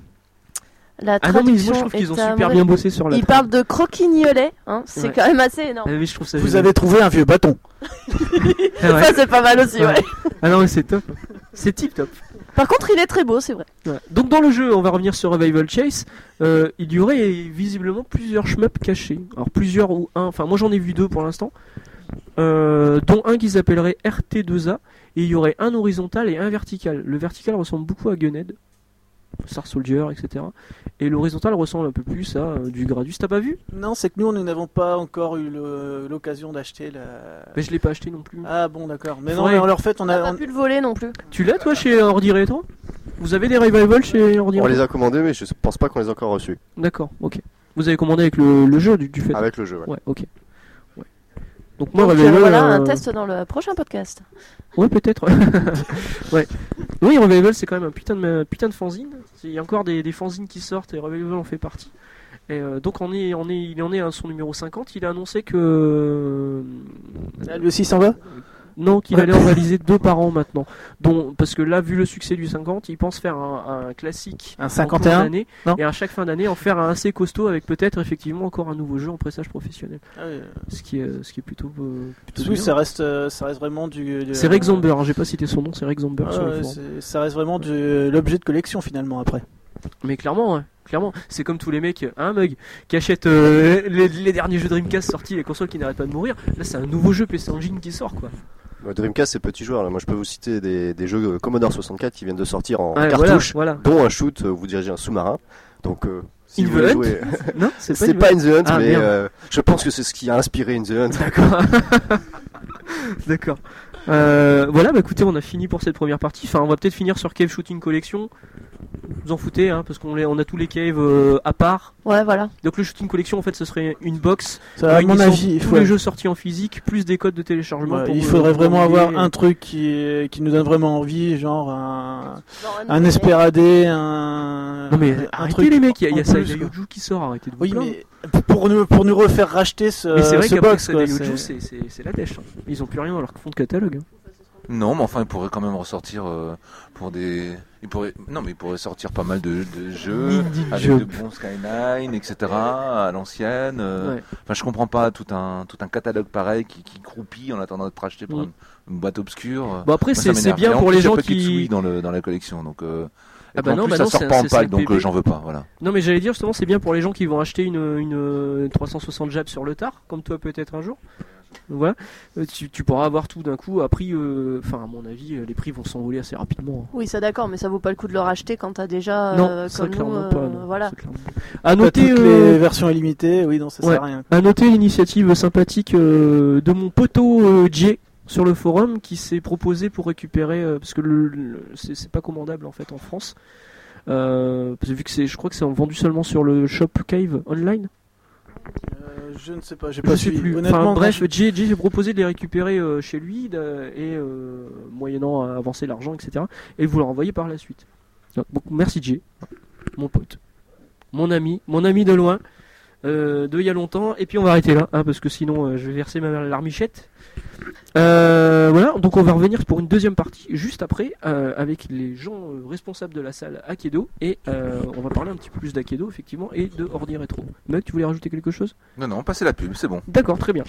A: La
B: Ah non, mais moi
A: traduction
B: je trouve qu'ils ont
A: est à
B: super
A: mourir.
B: bien bossé sur la.
A: Il parle de croquignolet, hein, c'est
B: Ouais.
A: quand même assez énorme.
B: Ah oui, je trouve ça
D: Vous
B: génial.
D: avez trouvé un vieux bâton.
B: Ah
A: (laughs)
B: ouais.
A: Ça c'est pas mal aussi, ouais.
B: Ouais. Ah non, mais c'est top. C'est tip top.
A: Par contre, il est très beau, c'est vrai.
B: Ouais. Donc dans le jeu, on va revenir sur Revival Chase, euh, il y aurait visiblement plusieurs shmups cachés. Alors plusieurs ou un, enfin moi j'en ai vu deux pour l'instant, Euh, dont un qui s'appellerait RT2A, et il y aurait un horizontal et un vertical. Le vertical ressemble beaucoup à Gunhead, Star Soldier, etc. Et l'horizontal ressemble un peu plus à euh, du Gradus. T'as pas vu
D: Non, c'est que nous, nous n'avons pas encore eu le- l'occasion d'acheter la.
B: Mais je l'ai pas acheté non plus.
D: Ah bon, d'accord. Mais non,
B: Faudrait-
D: mais en leur fait, on
A: On n'a
D: a.
A: pas
D: on-
A: pu le voler non plus.
B: Tu l'as toi chez Ordi Retro Vous avez des Revival chez Ordi
F: On les
B: Retro
F: a commandés, mais je pense pas qu'on les a encore reçus.
B: D'accord, ok. Vous avez commandé avec le, le jeu du, du fait
F: Avec le jeu, ouais.
B: Ouais, ok. Ouais. Donc moi,
A: Donc, euh,
B: Revival,
A: voilà un
B: euh,
A: test dans le prochain podcast.
B: Ouais, peut-être. (laughs) ouais. Oui, Revival, c'est quand même un putain de, putain de fanzine. Il y a encore des, des fanzines qui sortent et Revival en fait partie. Et euh, donc, on est, on est, il en est à son numéro 50. Il a annoncé que.
D: Ah, lui aussi s'en va
B: Non, qu'il
D: Ouais.
B: allait en réaliser deux par an maintenant. Dont, parce que là, vu le succès du 50, il pense faire un, un classique.
D: Un
B: en cours
D: 51
B: d'année,
D: non
B: Et à chaque fin d'année, en faire un assez costaud avec peut-être effectivement encore un nouveau jeu en pressage professionnel.
D: Ah oui,
B: Ce qui est, ce qui est plutôt. euh, plutôt
D: oui,
B: bien.
D: ça reste, euh, ça reste vraiment du. du-
B: C'est Rex Zomber, hein, j'ai pas cité son nom, c'est Rex Zomber
D: Ah
B: sur le
D: ouais,
B: forum.
D: c'est- ça reste vraiment de l'objet de collection finalement après.
B: Mais clairement, ouais, clairement, c'est comme tous les mecs, hein, Mug, qui achètent euh, les, les derniers jeux Dreamcast sortis, les consoles qui n'arrêtent pas de mourir. Là, c'est un nouveau jeu PC Engine qui sort, quoi.
F: Ouais, Dreamcast, c'est petit joueur. Là. Moi, je peux vous citer des, des jeux euh, Commodore 64 qui viennent de sortir en
B: Ouais, Ah, voilà,
F: cartouche,
B: voilà.
F: dont un shoot euh, où vous dirigez un sous-marin. Donc, euh, si
B: In
F: vous
B: the
F: voulez
B: Hunt
F: jouer-
B: Non, (laughs)
F: (laughs)
B: c'est pas.
F: c'est
B: une-
F: pas In the Hunt,
B: Ah,
F: mais
B: merde.
F: euh, je pense que c'est ce qui a inspiré In the Hunt.
B: D'accord. (laughs) D'accord. Euh, voilà, bah écoutez, on a fini pour cette première partie. Enfin, on va peut-être finir sur Cave Shooting Collection. Vous en foutez, hein, parce qu'on les- on a tous les caves euh, à part.
A: Ouais, voilà.
B: Donc le Shooting Collection, en fait, ce serait une box.
D: Ça, Euh, à mon
B: réunissant
D: avis, il
B: tous
D: faut.
B: les jeux sortis en physique, plus des codes de téléchargement.
D: Ouais,
B: pour
D: il
B: vous-
D: faudrait
B: pour euh,
D: vraiment
B: vous
D: avoir
B: aider.
D: un truc qui, qui nous donne vraiment envie, genre un, un Esperadé, un.
B: Non mais
D: un
B: Ah, arrêtez
D: truc
B: les mecs, il y a, il y a
D: en
B: ça,
D: plus,
B: il y a
D: quoi.
B: Yuju qui sort, arrêtez de vous
D: Oui,
B: plaindre.
D: mais pour nous, pour nous refaire racheter ce,
B: Mais c'est vrai
D: ce
B: qu'après
D: box,
B: ça,
D: quoi.
B: des Yuju, c'est-
D: c'est-
B: c'est c'est la dèche. hein. Ils ont plus rien dans leur fond de catalogue. hein.
C: Non, mais enfin, il pourrait quand même ressortir euh, pour des. Il pourrait... Non, mais il pourrait sortir pas mal de, de jeux avec
B: jeux.
C: de bons Skyline, etc. à l'ancienne. euh,
B: Ouais.
C: Enfin, je comprends pas tout un tout un catalogue pareil qui, qui croupit en attendant d'être acheté par
B: Mm.
C: une, une boîte obscure.
B: Bon après
C: Moi,
B: c'est
C: ça
B: c'est
C: m'énerve. Et
B: bien
C: en
B: pour
C: plus,
B: les
C: il y a
B: gens
C: pas de Kitsui
B: qui.
C: dans le dans la collection, donc. euh, et
B: Ah bah
C: en
B: non,
C: plus,
B: bah
C: ça
B: non,
C: sort
B: c'est
C: pas
B: un
C: en pack, donc
B: CCPB.
C: euh, j'en veux pas. Voilà.
B: Non mais j'allais dire justement c'est bien pour les gens qui vont acheter une, une euh, 360 Jap sur le tard, comme toi peut-être un jour. Voilà, Euh, tu, tu pourras avoir tout d'un coup à prix, euh, enfin à mon avis euh, les prix vont s'envoler assez rapidement. hein.
A: Oui, ça d'accord, mais ça vaut pas le coup de le racheter quand t'as déjà. euh,
B: non, ça
A: comme nous,
B: clairement
A: euh,
B: pas. non,
A: voilà.
B: ça, clairement pas. À
D: Pas
B: noter,
D: toutes
B: euh,
D: les versions illimitées, oui, non, ça
B: Ouais.
D: sert à rien.
B: À noter l'initiative sympathique euh, de mon poteau euh, Jay sur le forum qui s'est proposé pour récupérer euh, parce que le, le- c'est c'est pas commandable en fait en France. Euh, parce que vu que c'est, je crois que c'est vendu seulement sur le shop Cave online.
D: Euh, je ne sais pas, j'ai
B: Je
D: pas
B: sais
D: suivi.
B: plus.
D: Honnêtement,
B: Enfin, bref,
D: je-
B: Jay, Jay s'est proposé de les récupérer euh, chez lui d'a- et euh, moyennant à avancer l'argent, etc. Et vous leur envoyer par la suite. Donc, bon, merci Jay, mon pote, mon ami, mon ami de loin, euh, de il y a longtemps. Et puis on va arrêter là, hein, parce que sinon euh, je vais verser ma larmichette. Euh, voilà, donc on va revenir pour une deuxième partie juste après euh, avec les gens euh, responsables de la salle Akedo et euh, on va parler un petit peu plus d'Akedo effectivement et de Ordi Retro. Mec, tu voulais rajouter quelque chose
C: Non, non, passez la pub, c'est bon.
B: D'accord, très bien.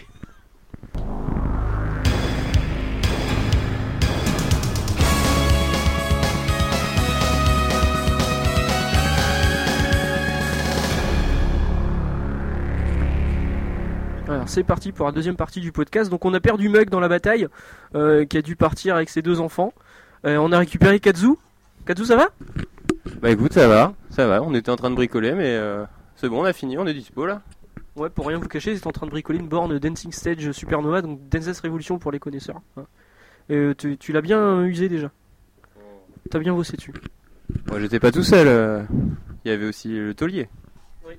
B: Alors c'est parti pour la deuxième partie du podcast. Donc on a perdu Mug dans la bataille, euh, qui a dû partir avec ses deux enfants. Euh, on a récupéré Kazu. Kazu ça va
G: Bah écoute, ça va, ça va. On était en train de bricoler, mais euh, c'est bon, on a fini, on est dispo là.
B: Ouais, pour rien vous cacher, c'est en train de bricoler une borne Dancing Stage Supernova, donc Dance Revolution pour les connaisseurs. Ouais. Euh, tu tu l'as bien euh, usé déjà. T'as bien bossé dessus.
G: Moi, j'étais pas tout seul. euh, Il y avait aussi le taulier.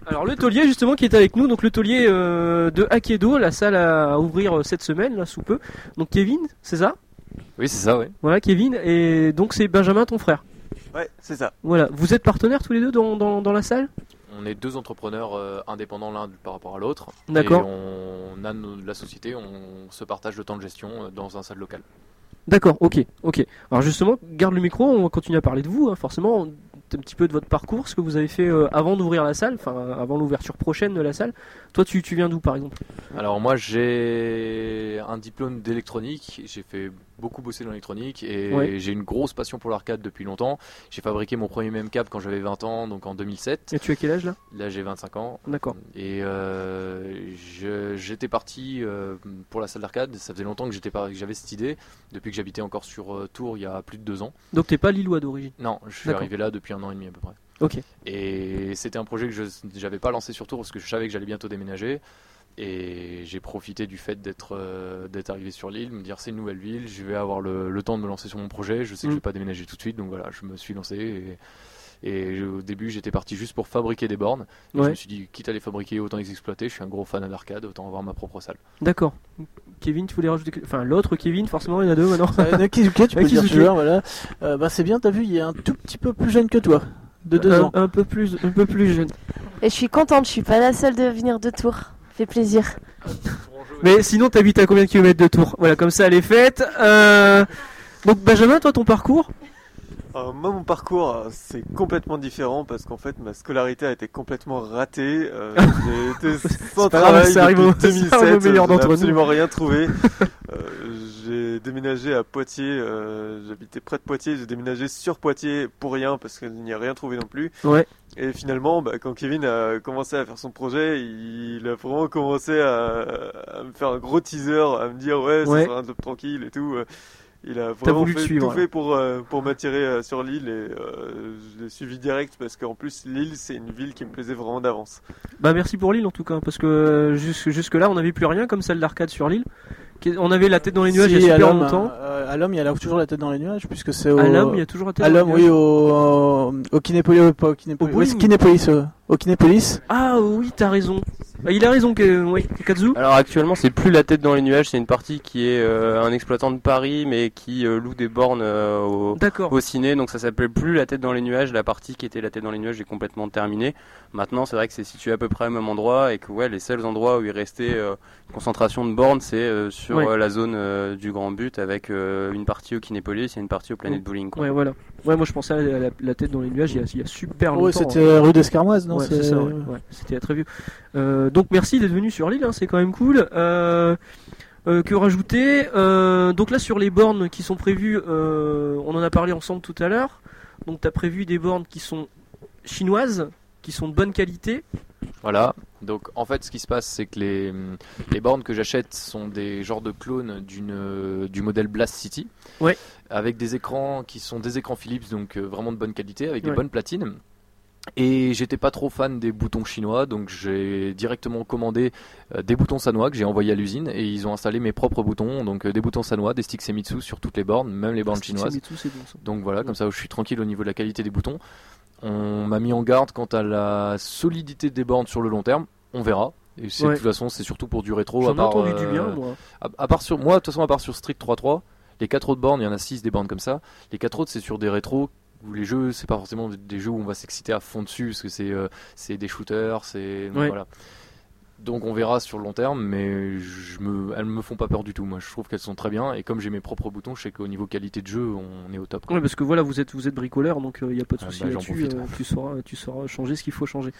B: Alors le taulier justement qui est avec nous, donc le taulier euh, de Akedo, la salle à ouvrir euh, cette semaine, là sous peu. Donc Kevin, c'est ça
G: Oui, c'est ça, oui.
B: Voilà Kevin, et donc c'est Benjamin ton frère.
H: Ouais, c'est ça.
B: Voilà, vous êtes partenaires tous les deux dans, dans, dans la salle
I: On est deux entrepreneurs euh, indépendants l'un par rapport à l'autre.
B: D'accord.
I: Et on a nos- la société, on se partage le temps de gestion euh, dans un salle local.
B: D'accord, ok, ok. Alors justement, garde le micro, on va continuer à parler de vous, hein, forcément, un petit peu de votre parcours, ce que vous avez fait euh, avant d'ouvrir la salle, enfin euh, avant l'ouverture prochaine de la salle. Toi, tu, tu viens d'où par exemple
I: Alors moi j'ai un diplôme d'électronique, j'ai fait beaucoup bosser dans l'électronique et
B: Ouais.
I: j'ai une grosse passion pour l'arcade depuis longtemps. J'ai fabriqué mon premier même câble quand j'avais 20 ans, donc en 2007.
B: Et tu as quel âge là
I: Là j'ai 25 ans.
B: D'accord.
I: Et euh, je- j'étais parti euh, pour la salle d'arcade. Ça faisait longtemps que j'étais pas- que j'avais cette idée, depuis que j'habitais encore sur euh, Tours il y a plus de deux ans.
B: Donc t'es pas lillois d'origine
I: Non, je suis
B: D'accord.
I: arrivé là depuis un an et demi à peu près.
B: Ok.
I: Et c'était un projet que je n'avais pas lancé sur Tours parce que je savais que j'allais bientôt déménager. Et j'ai profité du fait d'être euh, d'être arrivé sur l'île, me dire c'est une nouvelle ville, je vais avoir le, le temps de me lancer sur mon projet, je sais que
B: Mm.
I: je vais pas déménager tout de suite, donc voilà, je me suis lancé. Et, et je- au début, j'étais parti juste pour fabriquer des bornes. Et Je
B: Ouais.
I: me suis dit, quitte à les fabriquer, autant les exploiter, je suis un gros fan d'arcade, autant avoir ma propre salle.
B: D'accord. Kevin, tu voulais rajouter. quelque- Enfin, l'autre Kevin, forcément, il y en a deux maintenant. (laughs)
D: Euh,
B: Bah,
D: Nakizuke, tu peux
B: Nakizuke.
D: dire tu vois, voilà. Euh, bah, c'est bien, t'as vu, il est un tout petit peu plus jeune que toi, de deux
B: un,
D: ans.
B: Euh, un peu plus, un peu plus jeune.
A: Et je suis contente, je suis pas la seule de venir de Tours. Fait plaisir.
B: Mais sinon, t'habites à combien de kilomètres de Tours Voilà, comme ça, elle est faite. Euh, Donc Benjamin, toi, ton parcours
H: Alors, moi, mon parcours, euh, c'est complètement différent parce qu'en fait, ma scolarité a été complètement ratée.
B: (laughs)
H: Euh, J'ai été sans
B: pas grave, (laughs)
H: travail
B: ça arrive
H: depuis
B: au- ça arrive au
H: 2007.
B: meilleur (laughs)
H: euh,
B: d'entre
H: J'ai
B: nous.
H: absolument rien trouvé. Euh, j'ai déménagé à Poitiers, euh, j'habitais près de Poitiers, j'ai déménagé sur Poitiers pour rien parce qu'il n'y a rien trouvé non plus.
B: Ouais.
H: Et finalement, bah, quand Kevin a commencé à faire son projet, il a vraiment commencé à, à me faire un gros teaser, à me dire ouais, ça
B: Ouais.
H: sera un job tranquille et tout. Il a vraiment
B: voulu
H: fait,
B: le suivre,
H: tout fait pour, euh, pour m'attirer euh, sur l'île et euh, je l'ai suivi direct parce qu'en plus l'île c'est une ville qui me plaisait vraiment d'avance.
B: Bah merci pour Lille en tout cas, parce que euh, jusque- jusque-là on n'avait plus rien comme celle d'arcade sur Lille. Qui- On avait la tête dans les nuages
D: Si,
B: il y a
D: à
B: super
D: l'homme,
B: longtemps.
D: euh, à l'homme, il y a là- toujours la tête dans les nuages, puisque c'est au.
B: À l'homme, il y a toujours la tête
D: à
B: dans les
D: l'homme, oui,
B: nuages.
D: au, au Kinépolis, pas au Kinépolis,
B: Au
D: oui, c'est
B: bowling.
D: Kinépolis, euh, au Kinépolis.
B: Ah oui, t'as raison. Ah, il a raison, que, oui, Kazu.
G: Alors actuellement, c'est plus la tête dans les nuages, c'est une partie qui est euh, un exploitant de Paris, mais qui euh, loue des bornes euh, au,
B: D'accord.
G: au ciné, donc ça s'appelait plus la tête dans les nuages. La partie qui était la tête dans les nuages est complètement terminée. Maintenant, c'est vrai que c'est situé à peu près au même endroit et que ouais, les seuls endroits où il restait euh, une concentration de bornes, c'est euh, sur
B: Ouais.
G: euh, la zone euh, du Grand But avec euh, une partie au Kinépolis et une partie au Planète Bowling. Quoi.
B: Ouais, voilà. Ouais, moi je pensais à la, la tête dans les nuages il y a, il y a super longtemps. hein.
D: Oui, c'était euh, rue d'Escarmoise, non
B: Ouais, c'est ça, ouais, ouais. C'était très vieux. Euh, donc merci d'être venu sur l'île, hein, c'est quand même cool. Euh, euh, que rajouter Euh, Donc là sur les bornes qui sont prévues, euh, on en a parlé ensemble tout à l'heure. Donc t'as prévu des bornes qui sont chinoises, qui sont de bonne qualité.
I: Voilà. Donc en fait, ce qui se passe, c'est que les, hum, les bornes que j'achète sont des genres de clones d'une euh, du modèle Blast City.
B: Ouais.
I: Avec des écrans qui sont des écrans Philips, donc euh, vraiment de bonne qualité, avec des
B: Ouais.
I: bonnes platines. Et j'étais pas trop fan des boutons chinois, donc j'ai directement commandé euh, des boutons sanois que j'ai envoyés à l'usine et ils ont installé mes propres boutons, donc euh, des boutons sanois, des sticks Semitsu sur toutes les bornes, même les bornes
B: Parce que
I: chinoises.
B: c'est tout, c'est bon, ça.
I: Donc voilà,
B: Mm.
I: comme ça je suis tranquille au niveau de la qualité des boutons. On m'a mis en garde quant à la solidité des bornes sur le long terme. On verra. Et c'est-
B: Ouais.
I: de toute façon, c'est surtout pour du rétro.
B: J'en
I: à
B: ai
I: part,
B: entendu du
I: euh,
B: bien, moi.
I: à, à part sur moi, de toute façon, à part sur Street 3.3, les quatre autres bornes, il y en a 6 des bornes comme ça. Les quatre autres, c'est sur des rétros où les jeux, c'est pas forcément des jeux où on va s'exciter à fond dessus parce que c'est euh, c'est des shooters, c'est
B: Ouais.
I: voilà. Donc on verra sur le long terme, mais je me, elles me font pas peur du tout. Moi, je trouve qu'elles sont très bien et comme j'ai mes propres boutons, je sais qu'au niveau qualité de jeu, on est au top. quoi.
B: Ouais, parce que voilà, vous êtes, vous êtes bricoleur, donc il n'y a pas de
I: Ah,
B: souci
I: bah, j'en
B: là-dessus.
I: profite.
B: euh, tu, sauras, tu sauras changer ce qu'il faut changer.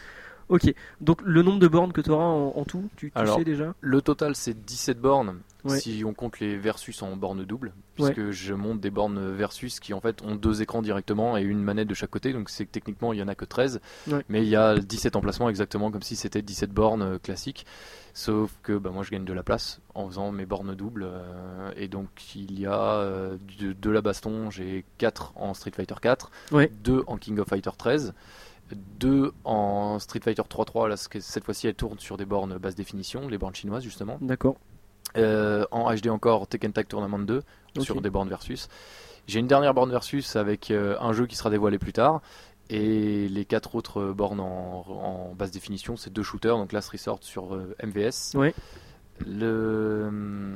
B: Ok, donc le nombre de bornes que tu auras en, en tout, tu, tu
I: Alors,
B: sais déjà
I: Le total, c'est 17 bornes.
B: Ouais.
I: Si on compte les versus en bornes doubles, puisque je monte des bornes versus qui en fait ont deux écrans directement et une manette de chaque côté, donc c'est que techniquement il y en a que 13,
B: Ouais.
I: mais il y a 17 emplacements exactement comme si c'était 17 bornes euh, classiques, sauf que bah, moi je gagne de la place en faisant mes bornes doubles, euh, et donc il y a euh, de, de la baston, j'ai 4 en Street Fighter 4,
B: Ouais.
I: 2 en King of Fighter 13, 2 en Street Fighter 3.3, là, ce que- cette fois-ci elle tourne sur des bornes basse définition, les bornes chinoises justement.
B: D'accord.
I: Euh, en HD encore Tekken Tag Tournament 2
B: Ok.
I: sur des bornes versus. J'ai une dernière borne versus avec euh, un jeu qui sera dévoilé plus tard. Et les quatre autres euh, bornes en, en basse définition, c'est deux shooters. Donc là, Resort sur euh, MVS.
B: Ouais.
I: Le euh,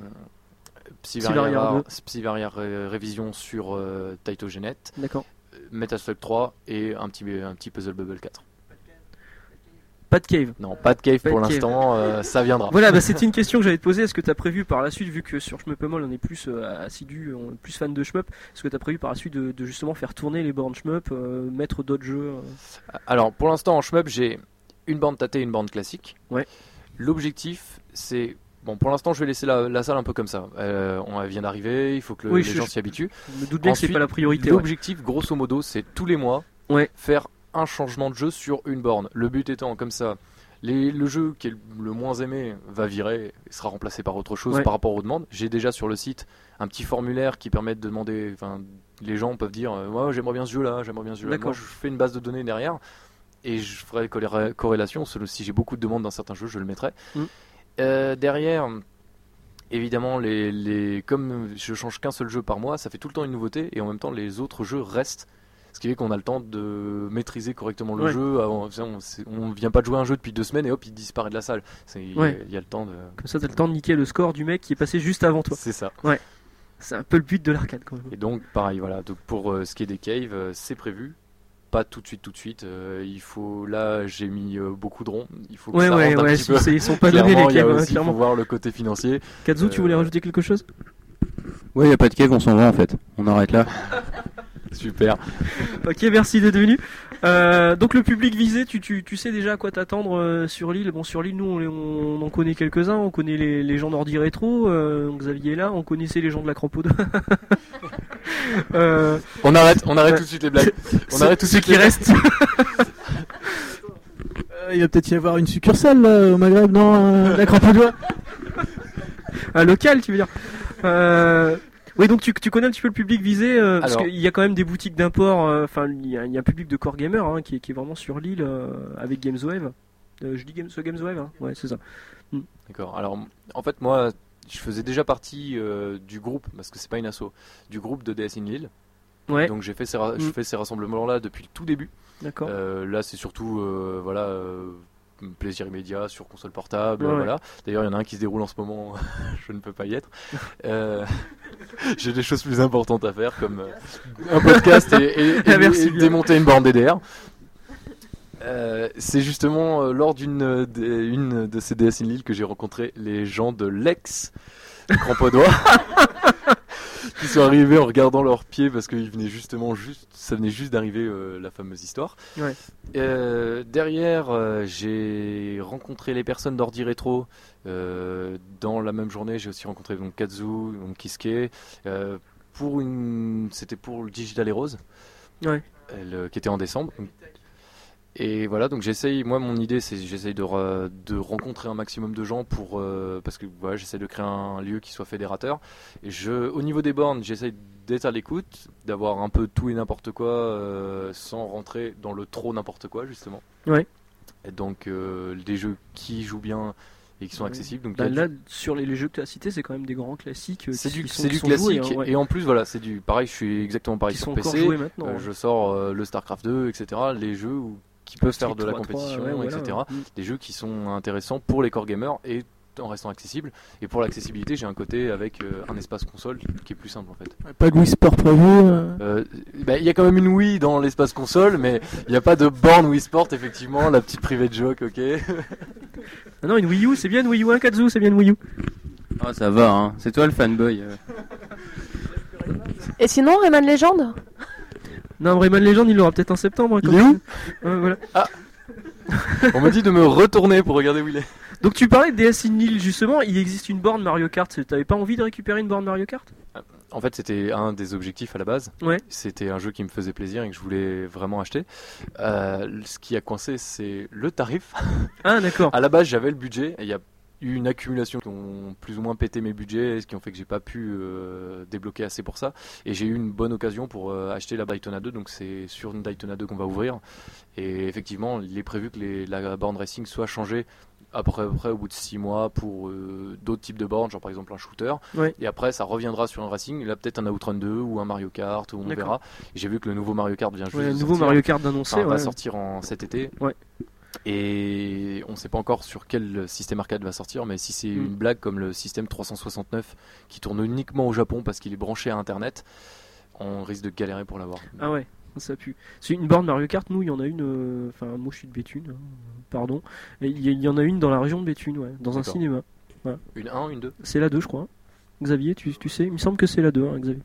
B: Psyvaria
I: Psyvaria, Psyvaria Ré- Révision sur euh, Taitogenet,
B: D'accord.
I: euh, Metalslug 3 et un petit, un petit Puzzle Bubble 4.
B: Pas de cave.
I: Non, pas de cave
B: Pas
I: pour
B: de cave.
I: l'instant, euh, ça viendra.
B: Voilà, bah, c'était une question que j'allais te poser. Est-ce que tu as prévu par la suite, vu que sur Shmup Mall on est plus euh, assidu, on est plus fan de Shmup, est-ce que tu as prévu par la suite de, de justement faire tourner les bornes Shmup, euh, mettre d'autres jeux euh,
I: Alors, pour l'instant, en shmup, j'ai une bande tâtée et une bande classique.
B: Ouais.
I: L'objectif, c'est. Bon, pour l'instant, je vais laisser la, la salle un peu comme ça. Euh, on vient d'arriver, il faut que le-
B: Oui,
I: les
B: je-
I: gens
B: je-
I: s'y habituent.
B: Je me doute bien que c'est
I: Ensuite,
B: pas la priorité. ouais.
I: L'objectif, grosso modo, c'est tous les mois
B: Ouais.
I: faire un changement de jeu sur une borne. Le but étant, comme ça, les- le jeu qui est le- le moins aimé va virer et sera remplacé par autre chose
B: Ouais.
I: par rapport aux demandes. J'ai déjà sur le site un petit formulaire qui permet de demander. Enfin, les gens peuvent dire euh, Ouais, j'aimerais bien ce jeu-là, j'aimerais bien ce jeu-là. Moi,
B: D'accord.
I: je fais une base de données derrière et je ferai corré- corrélation. Selon- Si j'ai beaucoup de demandes d'un certain jeu, je le mettrai.
B: Mm.
I: Euh, derrière, évidemment, les, les- comme je change qu'un seul jeu par mois, ça fait tout le temps une nouveauté et en même temps, les autres jeux restent. Ce qui fait qu'on a le temps de maîtriser correctement le
B: Ouais.
I: jeu. avant- on- c'est- on vient pas de jouer à un jeu depuis deux semaines et hop, il disparaît de la salle. C'est- Il y a-
B: Ouais.
I: il y a le temps de.
B: Comme ça, tu as le temps de niquer le score du mec qui est passé juste avant toi.
I: C'est ça.
B: C'est un peu le but de l'arcade quand même.
I: Et donc, pareil, voilà. Donc, pour euh, ce qui est des caves, euh, c'est prévu. Pas tout de suite, tout de suite. Euh, il faut. Là, j'ai mis euh, beaucoup de ronds. Il faut que
B: Ouais,
I: ça
B: ouais,
I: rentre un
B: ouais,
I: petit peu.
B: c'est- ils sont pas donnés
I: Clairement,
B: les
I: il y a
B: caves, hein,
I: aussi, faut
B: clairement.
I: voir le côté financier.
B: Kazu, tu voulais
I: Euh,
B: rajouter quelque chose
G: Ouais, y a pas de cave, on s'en va en fait. On arrête là.
I: Super.
B: Ok, merci d'être venu. Euh, donc le public visé, tu, tu, tu sais déjà à quoi t'attendre euh, sur l'île. Bon, sur l'île, nous, on, les- on en connaît quelques-uns. On connaît les, les gens d'Ordi Rétro. euh, donc Xavier est là. On connaissait les gens de la Crampodo. (laughs) euh,
I: On arrête, on arrête tout de suite
B: (laughs)
I: les blagues. On
B: ceux-
I: arrête tout de
B: ceux
I: suite
B: qui
I: les blagues.
B: restent.
D: Euh, il va peut-être y avoir une succursale là, au Maghreb,
B: (laughs)
D: non euh, La Crampodois
B: Un local, tu veux dire. Euh, oui, donc tu, tu connais un petit peu le public visé. euh, parce
I: Alors.
B: qu'il y a quand même des boutiques d'import. euh, Enfin, il y, a- il y a un public de core gamer hein, qui, est- qui est vraiment sur l'île euh, avec GamesWave. Euh, je dis Games, GamesWave, hein. ouais, c'est ça.
I: D'accord. Alors, en fait, moi, je faisais déjà partie euh, du groupe, parce que c'est pas une asso, du groupe de DS in Lille.
B: Ouais,
I: Donc, j'ai fait ces, ra-
B: Mm.
I: je fais ces rassemblements-là depuis le tout début.
B: d'accord.
I: Euh, là, c'est surtout, euh, voilà. euh, plaisir immédiat sur console portable
B: Ouais, ouais.
I: voilà d'ailleurs il y en a un qui se déroule en ce moment (laughs) je ne peux pas y être Euh, (laughs) j'ai des choses plus importantes à faire comme euh, un podcast et,
B: (laughs)
I: et- et-
B: Ah, merci
I: et
B: bien.
I: démonter une borne DDR Euh, c'est justement euh, lors d'une euh, des- une de ces DS in Lille que j'ai rencontré les gens de l'ex
B: (laughs)
I: Crampodois qui sont arrivés en regardant leurs pieds parce qu'ils venaient justement juste ça venait juste d'arriver euh, la fameuse histoire.
B: Ouais.
I: Euh, derrière euh, j'ai rencontré les personnes d'Ordi Rétro. Euh, dans la même journée j'ai aussi rencontré donc Kazu, donc Kisuke. Euh, pour une c'était pour le Digital Heroes
B: Ouais.
I: elle, euh, qui était en décembre. Et voilà, donc j'essaye, moi mon idée c'est j'essaye de, re- de rencontrer un maximum de gens pour, euh, parce que voilà, j'essaie de créer un lieu qui soit fédérateur. Et je, au niveau des bornes, j'essaye d'être à l'écoute, d'avoir un peu tout et n'importe quoi, euh, sans rentrer dans le trop n'importe quoi justement.
B: Ouais.
I: Et donc euh, des jeux qui jouent bien et qui sont
B: Ouais.
I: accessibles. Donc
B: Bah,
I: il y a du-
B: là, sur les, les jeux que tu as cités, c'est quand même des grands classiques. euh,
I: c'est
B: qui
I: du,
B: sont-
I: c'est
B: qui
I: du
B: sont joués,
I: classique.
B: hein, ouais.
I: Et en plus voilà, c'est du, pareil, je suis exactement pareil
B: qui
I: sur
B: sont
I: PC.
B: encore joués maintenant. hein.
I: Euh, je sors euh, le StarCraft 2, etc. Les jeux où- qui peuvent faire de la
B: Street 3,
I: compétition,
B: ouais, voilà,
I: etc.
B: ouais.
I: Des jeux qui sont intéressants pour les core gamers et en restant accessibles. Et pour l'accessibilité, j'ai un côté avec euh, un espace console qui est plus simple en fait.
D: Pas de Wii Sport prévu. euh.
I: Euh, bah, Il y a quand même une Wii dans l'espace console, mais il n'y a pas de borne Wii Sport, effectivement, la petite privée de joke, ok. (laughs)
B: Ah non, une Wii U, c'est bien une Wii U, un Katsu, c'est bien une Wii U.
G: Ah, ça va, hein. c'est toi le fanboy. euh.
A: Et sinon, Rayman Legend
B: Non, Rayman Legend, il l'aura peut-être en septembre. hein,
D: Il
B: comme
D: est
B: tu-
D: où
B: Ouais, voilà.
I: On me dit de me retourner pour regarder où il est.
B: Donc tu parlais de DS in Lille, justement, il existe une borne Mario Kart. c'est- T'avais pas envie de récupérer une borne Mario Kart
I: En fait, c'était un des objectifs à la base.
B: Ouais.
I: C'était un jeu qui me faisait plaisir et que je voulais vraiment acheter. Euh, ce qui a coincé, c'est le tarif.
B: Ah, d'accord.
I: À la base, j'avais le budget. et Il y a eu une accumulation qui ont plus ou moins pété mes budgets, ce qui ont fait que j'ai pas pu euh, débloquer assez pour ça. Et j'ai eu une bonne occasion pour euh, acheter la Daytona 2. Donc c'est sur une Daytona 2 qu'on va ouvrir. Et effectivement, il est prévu que les- la borne racing soit changée après, après au bout de 6 mois pour euh, d'autres types de bornes, genre par exemple un shooter.
B: Ouais.
I: Et après, ça reviendra sur un racing. Là, peut-être un Outrun 2 ou un Mario Kart. Ou on
B: D'accord.
I: verra. Et J'ai vu que le nouveau Mario Kart vient juste
B: Ouais,
I: de
B: nouveau
I: sortir.
B: Mario Kart d'annoncé.
I: Enfin, va
B: ouais.
I: sortir en cet été.
B: Ouais.
I: Et on ne sait pas encore sur quel système arcade va sortir, mais si c'est
B: Mm.
I: une blague comme le système 369 qui tourne uniquement au Japon parce qu'il est branché à Internet, on risque de galérer pour l'avoir.
B: Ah ouais, ça pue. C'est une borne Mario Kart, nous, il y en a une. euh, Enfin, moi je suis de Béthune, hein, pardon. Et il y, il y en a une dans la région de Béthune, ouais, dans un
I: D'accord.
B: cinéma.
I: Une 1, une 2
B: C'est la 2, je crois. hein. Xavier, tu, tu sais Il me semble que c'est la 2, hein, Xavier.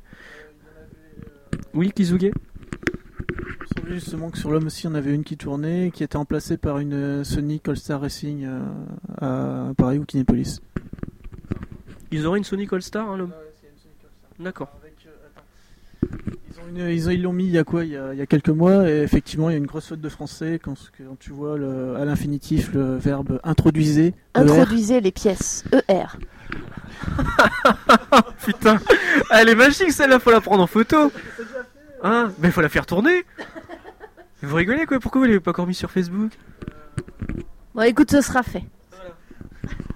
B: Oui, Kizuge
D: Il me semblait Justement que sur l'homme aussi, on avait une qui tournait, qui était remplacée par une euh, Sonic All-Star Racing euh, à Paris ou Kinépolis.
B: Ils auraient une Sonic All-Star, hein, l'homme D'accord.
D: euh, Ils ont une- euh, ils ont- Ils l'ont mis il y a quoi il y a, il y a quelques mois, et effectivement, il y a une grosse faute de français quand, ce que- quand tu vois le- à l'infinitif le verbe introduisez. ER.
A: Introduisez les pièces ER.
B: (laughs) Putain, elle est magique celle-là, faut la prendre en photo. Hein Mais faut la faire tourner. Vous rigolez quoi Pourquoi vous l'avez pas encore mis sur Facebook
A: Bon, écoute, ce sera fait.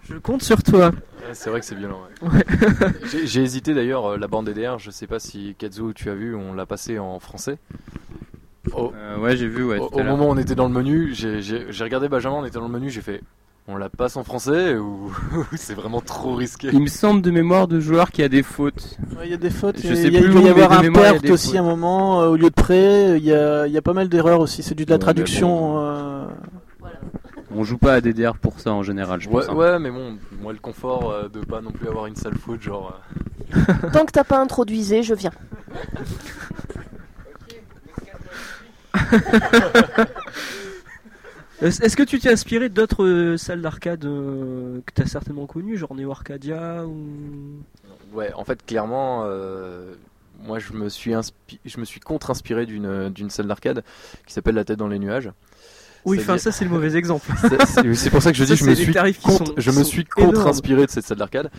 B: Je compte sur toi.
I: Ouais, c'est vrai que c'est violent. ouais. (laughs) J'ai- J'ai hésité d'ailleurs, euh, la bande DDR, je sais pas si Kazu, tu as vu, on l'a passé en français. Au,
G: Euh, ouais, j'ai
B: Bah,
G: vu, ouais,
I: au-
G: tout
I: au
G: à l'heure.
I: moment où on était dans le menu, j'ai- j'ai j'ai regardé Benjamin, on était dans le menu, j'ai fait on la passe en français ou (laughs) c'est vraiment trop risqué
G: Il me semble de mémoire de joueur qui a des fautes.
D: Ouais, Il y a des fautes,
G: Je
D: il y a-
G: sais
D: il y a-
G: plus
D: il doit
G: où,
D: y
G: mais
D: avoir
G: de
D: un
G: mémoire, il y a
D: perte
G: des
D: aussi
G: fautes.
D: à un moment euh, au lieu de près, il y a, il y a pas mal d'erreurs aussi, c'est du de la
G: Ouais, mais
D: traduction.
G: bon.
D: euh,
G: On joue pas à DDR pour ça en général, je pense.
I: Ouais,
G: hein.
I: ouais, mais bon, moi le confort euh, de pas non plus avoir une salle foot, genre. euh,
A: Tant que t'as pas introduisé, je viens.
B: Est-ce est-ce que tu t'es inspiré d'autres euh, salles d'arcade euh, que t'as certainement connues, genre Neo Arcadia ou
I: Ouais, en fait, clairement, euh, moi, je me suis, inspi- je me suis contre-inspiré d'une d'une salle d'arcade qui s'appelle La tête dans les nuages.
B: Oui,
I: Ça
B: enfin
I: vient-
B: ça c'est le mauvais exemple.
I: C'est- c'est c'est pour ça que je
B: Ça,
I: dis, je me
B: c'est des
I: suis
B: tarifs qui
I: contre,
B: sont-
I: je me
B: sont
I: suis
B: énormes.
I: contre-inspiré de cette salle d'arcade.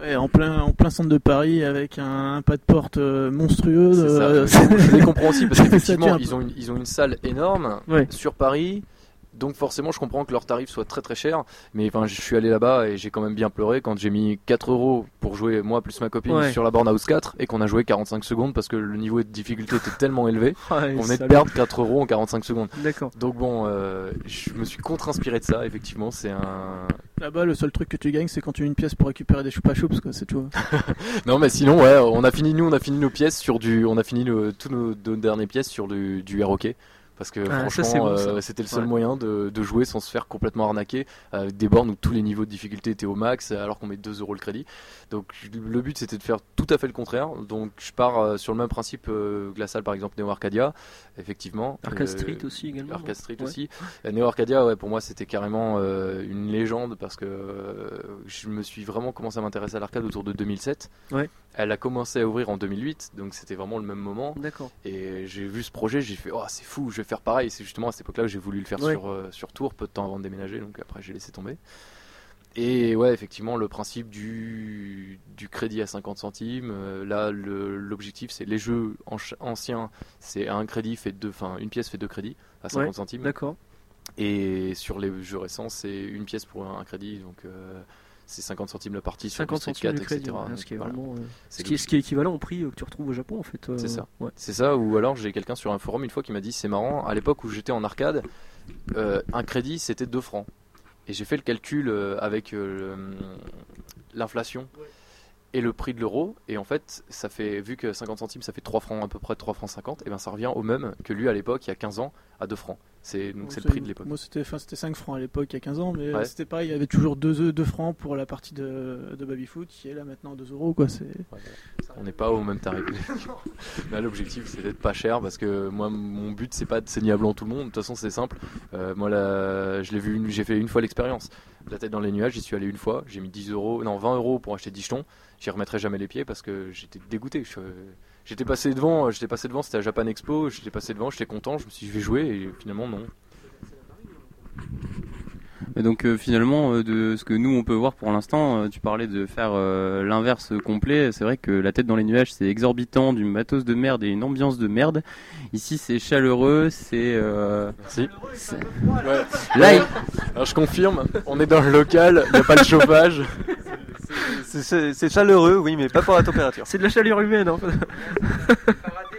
D: Ouais, en, plein, en plein centre de Paris avec un, un pas de porte euh, monstrueux.
I: C'est ça.
D: euh, (laughs)
I: je les comprends aussi parce
D: ça tue un
I: qu'effectivement,
D: peu.
I: ils ont une, ils ont une salle énorme
B: Ouais.
I: sur Paris. Donc forcément, je comprends que leurs tarifs soient très très chers, mais enfin, je suis allé là-bas et j'ai quand même bien pleuré quand j'ai mis 4 euros pour jouer moi plus ma copine
B: Ouais.
I: sur la borne House 4 et qu'on a joué 45 secondes parce que le niveau de difficulté était tellement élevé
B: Ah, les
I: qu'on venait de
B: salauds.
I: perdre 4 euros en 45 secondes.
B: D'accord.
I: Donc bon, euh, je me suis contre-inspiré de ça. Effectivement, c'est un.
D: Là-bas, le seul truc que tu gagnes, c'est quand tu as une pièce pour récupérer des choupa choups, quoi, c'est tout.
I: Non, mais sinon, ouais, on a fini nous, on a fini nos pièces sur du, on a fini le- tous nos deux dernières pièces sur du, du air hockey. Parce que
B: Ah, ça, c'est
I: franchement,
B: bon, ça.
I: euh, c'était le seul
B: Ouais.
I: moyen de, de jouer sans se faire complètement arnaquer avec des bornes où tous les niveaux de difficulté étaient au max alors qu'on met 2 euros le crédit. Donc le but c'était de faire tout à fait le contraire. Donc je pars euh, sur le même principe euh, que la salle par exemple Neo Arcadia, effectivement.
B: Arcade
I: Euh,
B: Street aussi également.
I: Arcade Street
B: Ouais.
I: aussi. La Neo Arcadia, ouais, pour moi, c'était carrément euh, une légende parce que euh, je me suis vraiment commencé à m'intéresser à l'arcade autour de 2007.
B: Ouais.
I: Elle a commencé à ouvrir en 2008, donc c'était vraiment le même moment.
B: D'accord.
I: Et j'ai vu ce projet, j'ai fait, oh, c'est fou, je vais faire pareil. C'est justement à cette époque-là que j'ai voulu le faire
B: Ouais.
I: sur, euh, sur Tours, peu de temps avant de déménager, donc après j'ai laissé tomber. Et ouais, effectivement, le principe du, du crédit à 50 centimes, euh, là, le- l'objectif, c'est les jeux anch- anciens, c'est un crédit fait deux, enfin, une pièce fait deux crédits à 50
B: Ouais.
I: centimes.
B: D'accord.
I: Et sur les jeux récents, c'est une pièce pour un crédit, donc euh, c'est 50 centimes la partie sur
B: 50
I: Street
B: centimes du
I: 4,
B: crédit,
I: etc.
B: ouais,
I: hein, Donc,
B: ce qui est
I: voilà.
B: vraiment, euh, ce
I: C'est
B: qui est- ce qui est équivalent au prix euh, que tu retrouves au Japon en fait. euh,
I: C'est ça.
B: ouais.
I: C'est ça, ou alors j'ai quelqu'un sur un forum une fois qui m'a dit c'est marrant, à l'époque où j'étais en arcade, euh, un crédit c'était 2 francs. Et j'ai fait le calcul euh, avec euh, le- l'inflation et le prix de l'euro, et en fait, ça fait, vu que 50 centimes ça fait 3 francs à peu près, 3 francs 50, et ben ça revient au même que lui à l'époque, il y a 15 ans, à 2 francs. C'est, donc c'est le prix de l'époque.
D: Moi, c'était enfin, c'était 5 francs à l'époque, il y a 15 ans, mais euh,
I: Ouais.
D: c'était pareil, il y avait toujours 2, francs pour la partie de, de Babyfoot, qui est là maintenant à 2 euros, quoi. c'est-
I: Ouais, voilà. On n'est pas au même tarif. (laughs) Là, l'objectif, c'est d'être pas cher parce que moi, mon but, c'est pas de saigner à blanc tout le monde. De toute façon, c'est simple. Euh, moi, là, je l'ai vu, une- j'ai fait une fois l'expérience. La tête dans les nuages, j'y suis allé une fois. J'ai mis 10 euros, non, 20 euros pour acheter 10 jetons. J'y remettrai jamais les pieds parce que j'étais dégoûté. Je- J'étais passé devant, j'étais passé devant, c'était à Japan Expo. J'étais passé devant, j'étais content. Je me suis dit, je vais jouer et finalement, non.
G: Et donc euh, finalement, euh, de ce que nous on peut voir pour l'instant, euh, tu parlais de faire euh, l'inverse complet. C'est vrai que la tête dans les nuages, c'est exorbitant, du matos de merde et une ambiance de merde. Ici, c'est chaleureux, c'est euh,
I: Merci.
G: c'est-
I: Ouais.
G: là, il-
I: Alors, je confirme, on est dans le local, il n'y a pas de chauffage.
H: C'est- C'est c'est chaleureux, oui, mais pas pour la température.
B: C'est de la chaleur humaine.
I: (laughs)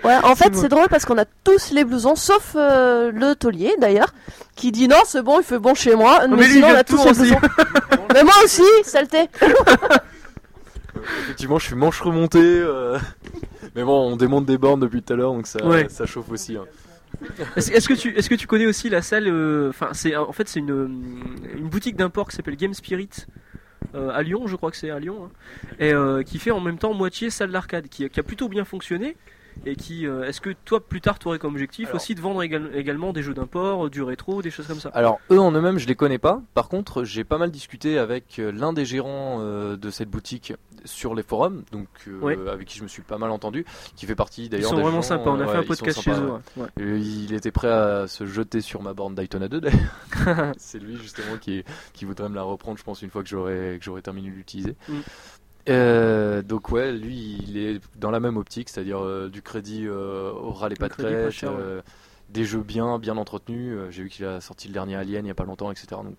B: Hein.
A: Ouais, en
B: C'est
A: fait,
B: moi.
A: c'est drôle parce qu'on a tous les blousons, sauf euh, le taulier d'ailleurs, qui dit non, c'est bon, il fait bon chez moi.
B: Non,
A: mais
B: mais lui,
A: sinon, on
B: il vient
A: a
B: de
A: tous
B: Tours
A: les
B: aussi.
A: blousons.
B: (laughs)
A: mais moi aussi, saleté.
I: Effectivement, je suis manche remontée. euh, (laughs) Mais bon, on démonte des bornes depuis tout à l'heure, donc ça,
B: Ouais.
I: ça chauffe aussi. hein.
B: Est-ce est-ce que tu est-ce que tu connais aussi la salle euh, Enfin, c'est en fait c'est une euh, une boutique d'import qui s'appelle Game Spirit. euh, à Lyon, je crois que c'est à Lyon, hein, et euh, qui fait en même temps moitié salle d'arcade, qui, qui a plutôt bien fonctionné, et qui, euh, est-ce que toi plus tard, tu aurais comme objectif
I: Alors.
B: aussi de vendre égal- également des jeux d'import, euh, du rétro, des choses comme ça
I: Alors, eux en eux-mêmes, je les connais pas. Par contre, j'ai pas mal discuté avec euh, l'un des gérants euh, de cette boutique sur les forums, donc euh,
B: Ouais.
I: avec qui je me suis pas mal entendu, qui fait partie
B: Ils
I: d'ailleurs.
B: sont
I: des
B: vraiment
I: gens- euh,
B: sympas, on a
I: ouais,
B: fait un
I: ils sont
B: podcast chez
I: sympas,
B: eux.
I: ouais.
B: ouais. Ouais.
I: Euh, Il était prêt à se jeter sur ma borne Daytona
B: (laughs)
I: 2 d'ailleurs. C'est lui justement qui, qui voudrait me la reprendre, je pense, une fois que j'aurai que j'aurai terminé de l'utiliser.
B: Mm.
I: Euh, donc ouais, lui, il est dans la même optique, c'est-à-dire euh, du crédit euh, au ras les
B: Le crédit pas
I: pâquerettes,
B: cher,
I: euh, des jeux bien, bien entretenus. Euh, J'ai vu qu'il a sorti le dernier Alien il y a pas longtemps, etc. Donc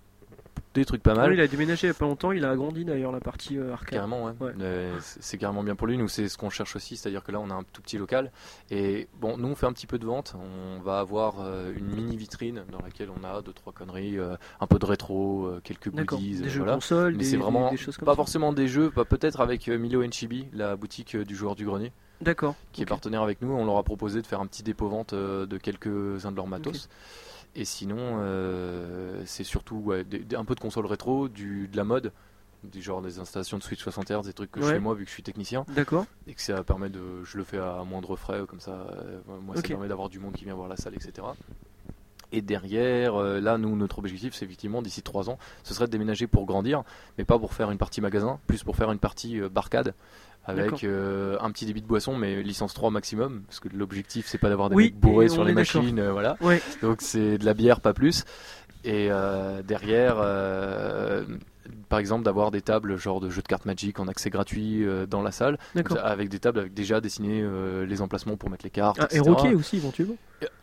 I: des trucs pas mal.
B: Oui, il a déménagé il y a pas longtemps, il a agrandi d'ailleurs la partie euh, arcade.
I: Carrément, ouais.
B: Ouais.
I: Euh, c'est c'est carrément bien pour lui. Nous, c'est ce qu'on cherche aussi, c'est-à-dire que là, on a un tout petit local. Et bon, nous, on fait un petit peu de vente. On va avoir euh, une mini vitrine dans laquelle on a deux, trois conneries, euh, un peu de rétro, euh, quelques
B: D'accord,
I: goodies,
B: des
I: euh,
B: jeux
I: voilà.
B: consoles,
I: Mais
B: des,
I: c'est vraiment
B: des- des choses comme
I: Pas
B: ça.
I: forcément des jeux, pas- peut-être avec euh, Milo Chibi, la boutique euh, du joueur du grenier,
B: D'accord.
I: qui est
B: Ok.
I: partenaire avec nous. On leur a proposé de faire un petit dépôt-vente euh, de quelques-uns de leurs matos. Et sinon, euh, c'est surtout ouais, des- des- un peu de console rétro, du, de la mode. du genre des installations de Switch 60 Hz, des trucs que je
B: Ouais.
I: fais moi vu que je suis technicien,
B: D'accord.
I: et que ça permet de, je le fais à moindre frais, comme ça, euh, moi
B: Ok.
I: ça permet d'avoir du monde qui vient voir la salle, etc. Et derrière, euh, là, nous, notre objectif, c'est effectivement d'ici trois ans, ce serait de déménager pour grandir, mais pas pour faire une partie magasin, plus pour faire une partie euh, barcade.
B: D'accord.
I: Avec euh, un petit débit de boisson, mais licence 3 maximum, parce que l'objectif c'est pas d'avoir des
B: Oui,
I: mecs bourrés
B: et on
I: sur les
B: est d'accord.
I: machines, euh, voilà.
B: Ouais.
I: Donc c'est de la bière, pas plus. Et euh, derrière, euh, par exemple, d'avoir des tables genre de jeux de cartes Magic en accès gratuit euh, dans la salle,
B: D'accord.
I: avec des tables avec déjà dessiné euh, les emplacements pour mettre les cartes.
B: Ah, et
I: etc.
B: roquet aussi éventuellement.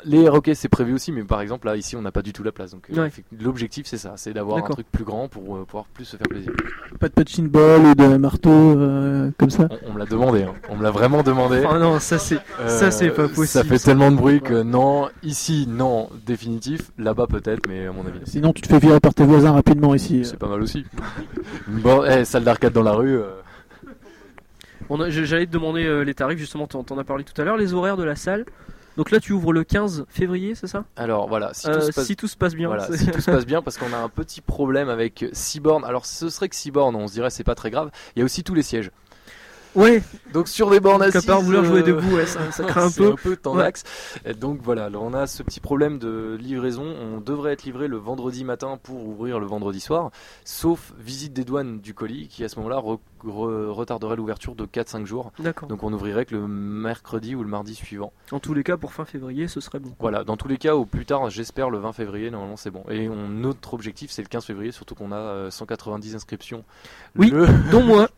I: Les roquets, c'est prévu aussi, mais par exemple, là, ici, on n'a pas du tout la place. Donc, euh,
B: Ouais.
I: effect- l'objectif, c'est ça c'est d'avoir un
B: D'accord.
I: truc plus grand pour euh, pouvoir plus se faire plaisir.
D: Pas de punching ball ou de marteau euh, comme ça.
I: On, on me l'a demandé, hein. on me l'a vraiment demandé. Euh,
B: Ah non, ça c'est. Ça, c'est pas
I: Ça
B: possible,
I: fait
B: ça.
I: tellement de bruit que non, ici, non, définitif, là-bas peut-être, mais à mon avis, non.
D: Sinon, tu te fais virer par tes voisins rapidement ici.
I: C'est pas mal aussi. (laughs) bon, eh, salle d'arcade dans la rue. euh,
B: On a- J'allais te demander euh, les tarifs justement. T'en t'en as parlé tout à l'heure. Les horaires de la salle. Donc là, tu ouvres le 15 février, c'est ça
I: Alors voilà, si tout
B: Euh,
I: se passe
B: Si tout se passe bien.
I: Voilà,
B: c'est-
I: si tout se passe bien, parce qu'on a un petit problème avec Seaborn. Alors, ce serait que Seaborn, on se dirait, c'est pas très grave. Il y a aussi tous les sièges.
B: (laughs) Ouais.
I: Donc, sur des bornes
B: Donc à
I: assises.
B: part vouloir jouer
I: euh,
B: debout, ouais, ça, ça craint un
I: (laughs) c'est
B: peu.
I: un peu
B: Ouais.
I: tendax. Et Donc voilà, alors on a ce petit problème de livraison. On devrait être livré le vendredi matin pour ouvrir le vendredi soir, sauf visite des douanes du colis qui à ce moment-là re- re- retarderait l'ouverture de 4-5 jours.
B: D'accord.
I: Donc on ouvrirait que le mercredi ou le mardi suivant.
B: En tous les cas, pour fin février, ce
I: (laughs)
B: serait bon.
I: Voilà, dans tous les cas, au plus tard, j'espère le 20 février, normalement c'est bon. Et on, notre objectif, c'est le 15 février, surtout qu'on a euh, 190 inscriptions.
B: Oui.
I: (laughs) le,
B: Dont moi.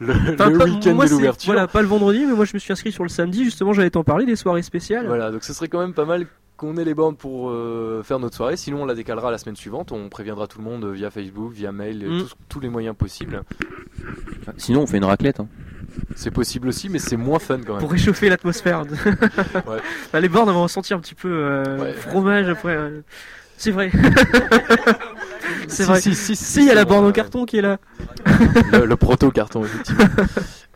I: le-
B: Enfin,
I: le
B: pas-
I: week-end
B: moi,
I: de
B: c'est-
I: l'ouverture.
B: Voilà, pas le vendredi, mais moi je me suis inscrit sur le samedi. Justement, j'allais t'en parler des soirées spéciales.
I: Voilà, donc ce serait quand même pas mal qu'on ait les bornes pour euh, faire notre soirée. Sinon, on la décalera la semaine suivante. On préviendra tout le monde euh, via Facebook, via mail, euh,
B: Mm.
I: tous, tous les moyens possibles.
G: Sinon, on fait une raclette. hein.
I: C'est possible aussi, mais c'est moins fun quand même.
B: Pour réchauffer l'atmosphère. (laughs) Bah, les bornes vont ressentir un petit peu euh,
I: Ouais.
B: fromage après. euh. C'est vrai. c'est
I: Si,
B: vrai.
I: Si, si, si,
B: (laughs) Si, il y a la
I: on-
B: borne en carton qui est là.
I: Le, le proto-carton, effectivement. (laughs)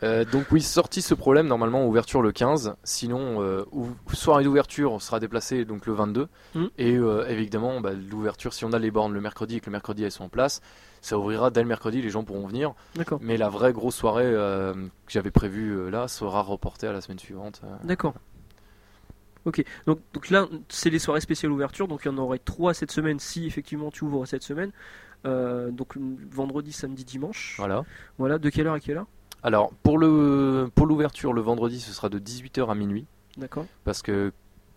I: Euh, donc, oui, sorti ce problème, normalement, ouverture le 15. Sinon, euh, ou- soirée d'ouverture on sera déplacée donc le 22.
B: Mm.
I: Et euh, évidemment, bah, l'ouverture, si on a les bornes le mercredi et que le mercredi elles sont en place, ça ouvrira dès le mercredi, les gens pourront venir.
B: D'accord.
I: Mais la vraie grosse soirée euh, que j'avais prévue euh, là sera reportée à la semaine suivante. euh.
B: D'accord. Ok, donc, donc là, c'est les soirées spéciales ouverture, donc il y en aurait trois cette semaine si effectivement tu ouvres cette semaine. Euh, donc m- vendredi, samedi, dimanche. Voilà.
I: Voilà.
B: de quelle heure à quelle heure
I: Alors pour le pour l'ouverture le vendredi, ce sera de 18h à minuit
B: D'accord.
I: parce que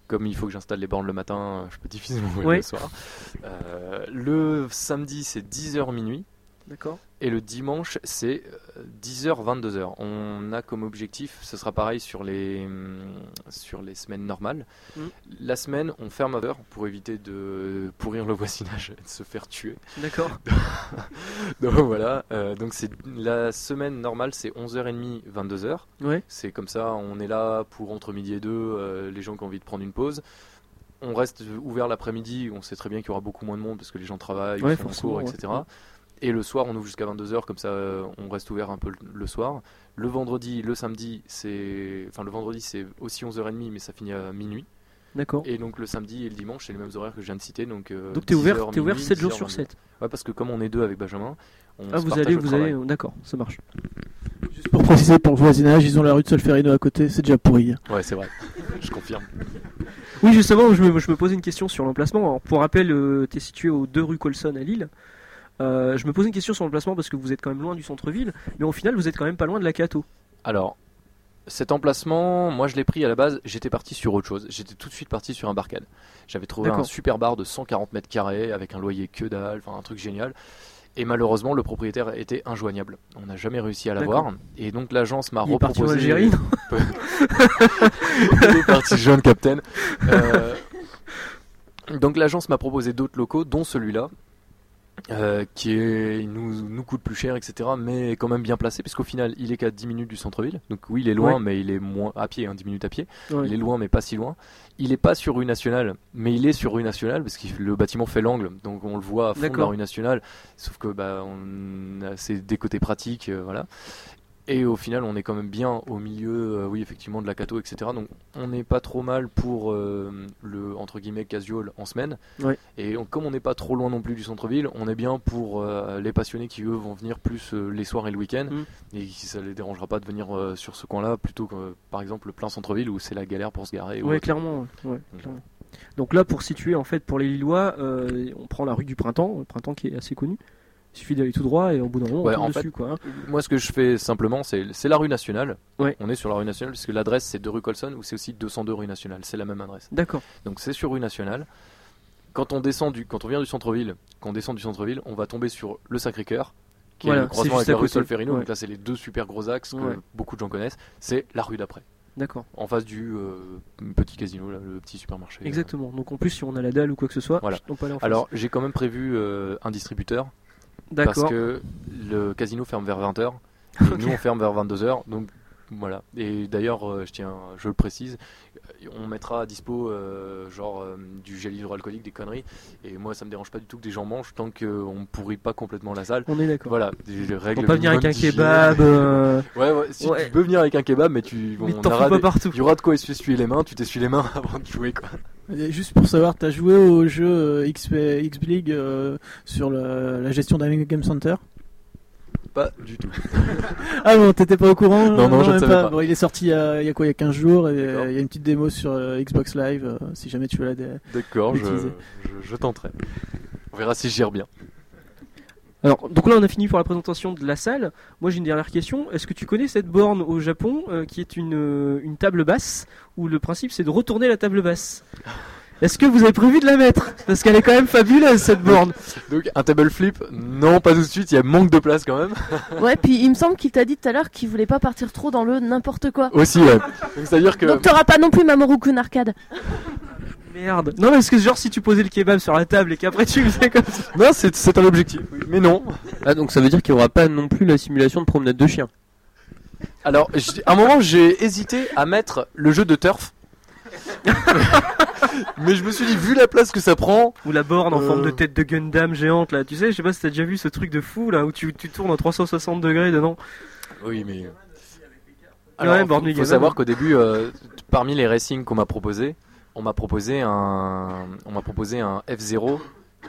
I: comme il faut que j'installe les bornes le matin, euh, je peux difficilement ouvrir
B: Oui.
I: le soir. Euh, le samedi, c'est 10h minuit
B: D'accord.
I: et le dimanche, c'est euh, 10h-22h. On a comme objectif, ce sera pareil sur les, hum, sur les semaines normales.
B: Mm.
I: La semaine, on ferme à 20h pour éviter de pourrir le voisinage et de se faire tuer.
B: D'accord.
I: Donc (laughs) voilà, euh, donc c'est la semaine normale c'est 11h30 22h.
B: Ouais.
I: C'est comme ça, on est là pour entre midi et deux euh, les gens qui ont envie de prendre une pause. On reste ouvert l'après-midi, on sait très bien qu'il y aura beaucoup moins de monde parce que les gens travaillent,
B: Ouais,
I: ils font des
B: forcément,
I: cours,
B: ouais.
I: etc. Et le soir, on ouvre jusqu'à 22h, comme ça euh, on reste ouvert un peu le- le soir. Le vendredi, le samedi, c'est enfin le vendredi c'est aussi 11h30 mais ça finit à minuit.
B: D'accord.
I: Et donc le samedi et le dimanche, c'est les mêmes horaires que je viens de citer donc euh,
B: Donc t'es ouvert,
I: 10h,
B: t'es ouvert
I: minuit,
B: 7 jours sur
I: 10h,
B: 7.
I: Ouais, parce que comme on est deux avec Benjamin, on
B: Ah,
I: se
B: vous
I: partage
B: allez,
I: le
B: vous
I: travail.
B: allez. D'accord, ça marche.
D: euh, Juste pour préciser, pour le voisinage, ils ont la rue de Solferino à côté, c'est déjà pourri. hein.
I: Ouais, c'est vrai. (laughs) Je confirme.
B: Oui, justement, je me, je me posais une question sur l'emplacement. Alors, Pour rappel, tu es situé aux deux rues Colson à Lille. Euh, je me posais une question sur l'emplacement parce que vous êtes quand même loin du centre-ville, mais au final, vous êtes quand même pas loin de la Cato.
I: Alors, cet emplacement, moi je l'ai pris à la base, j'étais parti sur autre chose. J'étais tout de suite parti sur un barcade. J'avais trouvé un
B: D'accord.
I: super bar de 140 mètres carrés avec un loyer que dalle, enfin un truc génial. Et malheureusement, le propriétaire était injoignable. On n'a jamais réussi à l'avoir. Et donc l'agence m'a
B: Il est parti en
I: reproposé. euh,
B: Algérie, non (laughs)
I: Il est parti jeune captain. Euh, donc l'agence m'a proposé d'autres locaux, dont celui-là, euh, qui est, nous, nous coûte plus cher, etc. Mais est quand même bien placé, puisqu'au final, il est qu'à 10 minutes du centre-ville. Donc oui, il est loin,
B: Ouais.
I: mais il est moins à pied, hein, 10 minutes à pied.
B: Ouais.
I: Il est loin, mais pas si loin. Il est pas sur rue nationale, mais il est sur rue nationale, parce que le bâtiment fait l'angle. Donc on le voit à fond de la
B: D'accord.
I: rue nationale. Sauf que bah, on a- c'est des côtés pratiques, euh, voilà. Et au final, on est quand même bien au milieu, euh, oui, effectivement, de la Cato, etc. Donc, on n'est pas trop mal pour euh, le, entre guillemets, casual en semaine.
B: Ouais.
I: Et on- comme on n'est pas trop loin non plus du centre-ville, on est bien pour euh, les passionnés qui, eux, vont venir plus euh, les soirs et le week-end.
B: Mm.
I: Et qui- ça les dérangera pas de venir euh, sur ce coin-là, plutôt que, euh, par exemple, le plein centre-ville où c'est la galère pour se garer. ou
B: Ouais,
I: autre.
B: clairement. ouais, ouais,
I: Mmh.
B: clairement. Donc là, pour situer, en fait, pour les Lillois, euh, on prend la rue du Printemps, le Printemps qui est assez connu. Il suffit d'aller tout droit et au bout d'un moment,
I: Ouais,
B: on tombe
I: en fait-
B: dessus, quoi. hein.
I: Moi, ce que je fais simplement, c'est c'est la rue nationale.
B: Ouais.
I: On est sur la rue nationale, parce que l'adresse, c'est 2 rue Colson, ou c'est aussi 202 rue nationale. C'est la même adresse.
B: D'accord.
I: Donc c'est sur rue nationale. Quand on descend du, quand on vient du centre-ville, quand on descend du centre-ville, on va tomber sur le Sacré-Cœur, qui
B: Voilà,
I: est le croisement
B: c'est
I: avec
B: juste
I: la
B: à
I: rue
B: côté.
I: Solferino.
B: Ouais.
I: Donc là, c'est les deux super gros axes que
B: Ouais.
I: beaucoup de gens connaissent. C'est la rue d'après,
B: D'accord.
I: en face du euh, petit casino, là, le petit supermarché.
B: Exactement. Donc en plus, si on a la dalle ou quoi que ce soit,
I: Voilà.
B: on peut aller en face.
I: Alors j'ai quand même prévu euh, un distributeur parce
B: d'accord.
I: que le casino ferme
B: (laughs)
I: vers 20h et nous on ferme vers 22h donc voilà et d'ailleurs euh, je tiens je le précise euh, on mettra à dispo euh, genre euh, du gel hydroalcoolique des conneries et moi ça me dérange pas du tout que des gens mangent tant qu'on ne pourrit pas complètement la salle
B: On est d'accord.
I: voilà je règle
B: On peut pas venir avec un
I: minimum d'hygiène.
B: kebab.
I: (laughs)
B: euh,
I: ouais, ouais si
B: Ouais.
I: tu peux venir avec un kebab mais tu
B: Mais
I: on
B: t'en
I: aura
B: fous pas
I: des-
B: partout.
I: il y aura de quoi essuyer les mains tu t'essuies les mains (laughs) avant de jouer quoi
D: Et Juste pour savoir, t'as joué au jeu euh, X, X League euh, sur le- la gestion d'un Game Center
I: pas du tout
D: Ah bon, t'étais pas au courant
I: Non, non, je ne
D: même
I: savais pas.
D: Bon, il est sorti il y a, il y a quoi, il y a 15 jours, et
I: D'accord.
D: euh, il y a une petite démo sur euh, Xbox Live, euh, si jamais tu veux la... dé-
I: d'accord je,
D: Utiliser.
I: je- je tenterai on verra si je gère bien
B: Alors, donc là, on a fini pour la présentation de la salle. Moi, j'ai une dernière question. Est-ce que tu connais cette borne au Japon euh, qui est une, euh, une table basse où le principe c'est de retourner la table basse Est-ce que vous avez prévu de la mettre Parce qu'elle est quand même fabuleuse cette borne.
I: Donc un table flip, non pas tout de suite, il y a manque de place quand même.
A: Ouais, puis il me semble qu'il t'a dit tout à l'heure qu'il voulait pas partir trop dans le n'importe quoi.
I: (laughs) Aussi, ouais. Donc c'est-à-dire
B: euh,
I: que...
A: Donc t'auras pas non plus Mamoru Kun arcade.
B: Merde. Non, parce que genre si tu posais le kebab sur la table et qu'après tu faisais comme ça.
I: Non, c'est c'est un objectif, oui. mais non.
G: Ah, donc ça veut dire qu'il n'y aura pas non plus la simulation de promenade de chien.
I: Alors, j'- à un moment, j'ai hésité à mettre le jeu de turf. (laughs) mais je me suis dit, vu la place que ça prend,
B: Ou la borne en
I: Euh.
B: forme de tête de Gundam géante là. Tu sais, je sais pas si t'as déjà vu ce truc de fou là où tu, tu tournes en 360 degrés dedans.
I: oui mais... euh,
B: Ouais,
I: Alors,
B: Born
I: faut, faut
B: Again.
I: savoir qu'au début, euh, parmi les racings qu'on m'a proposé, on m'a proposé un, on m'a proposé un F0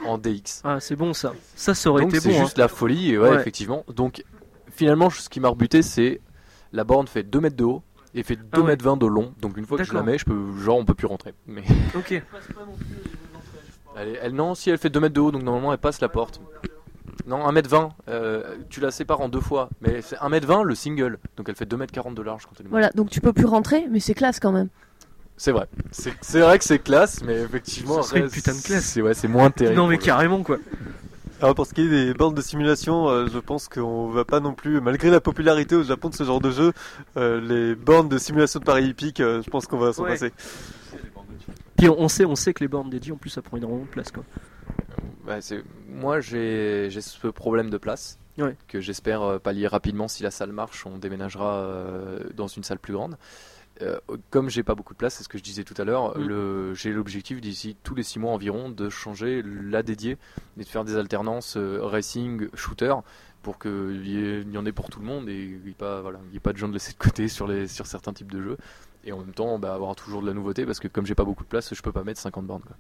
I: en DX.
B: Ah, c'est bon ça. Ça, ça aurait
I: Donc
B: été
I: c'est
B: bon. hein.
I: juste la folie, et ouais,
B: Ouais.
I: effectivement. Donc finalement, je- ce qui m'a rebuté, c'est la borne fait 2 mètres de haut et fait 2
B: Ah ouais.
I: mètres 20 de long. Donc une fois que je la
B: D'accord.
I: mets, je peux, genre, on peut plus rentrer. Mais (laughs)
B: hein. Ok.
I: elle, est- elle- non, si elle fait 2 mètres de haut, donc normalement elle passe la porte. Non, 1 mètre 20, euh, tu la sépares en deux fois. Mais c'est 1 mètre 20 le single, donc elle fait 2 mètres 40 de large quand elle est montée.
A: Voilà, donc tu peux plus rentrer, mais c'est classe quand même.
I: C'est vrai. C'est c'est vrai que c'est classe, mais effectivement,
B: Ça serait une
I: reste-
B: putain de classe.
I: C'est ouais, c'est moins terrible.
B: Non mais
I: pour le-
B: carrément quoi.
H: Alors pour ce qui est des bornes de simulation, euh, je pense qu'on va pas non plus, malgré la popularité au Japon de ce genre de jeu, euh, les bornes de simulation de Paris hippique, euh, je pense qu'on va s'en
B: Ouais.
H: passer.
B: Puis on on sait, on sait que les bornes dédiées en plus ça prend énormément de place quoi.
I: Ouais, Bah, c'est- Moi, j'ai j'ai ce problème de place
B: Ouais.
I: que j'espère euh, pallier rapidement. Si la salle marche, on déménagera euh, dans une salle plus grande. Euh, comme j'ai pas beaucoup de place, c'est ce que je disais tout à l'heure,
B: Mm.
I: le- j'ai l'objectif d'ici tous les six mois environ de changer la dédiée et de faire des alternances euh, racing, shooter pour qu'il y, ait- il y en ait pour tout le monde et qu'il n'y ait, pas- voilà, il y ait pas de gens de laisser de côté sur, les, sur certains types de jeux. Et en même temps, bah, avoir toujours de la nouveauté parce que comme j'ai pas beaucoup de place, je peux pas mettre 50 bornes. quoi.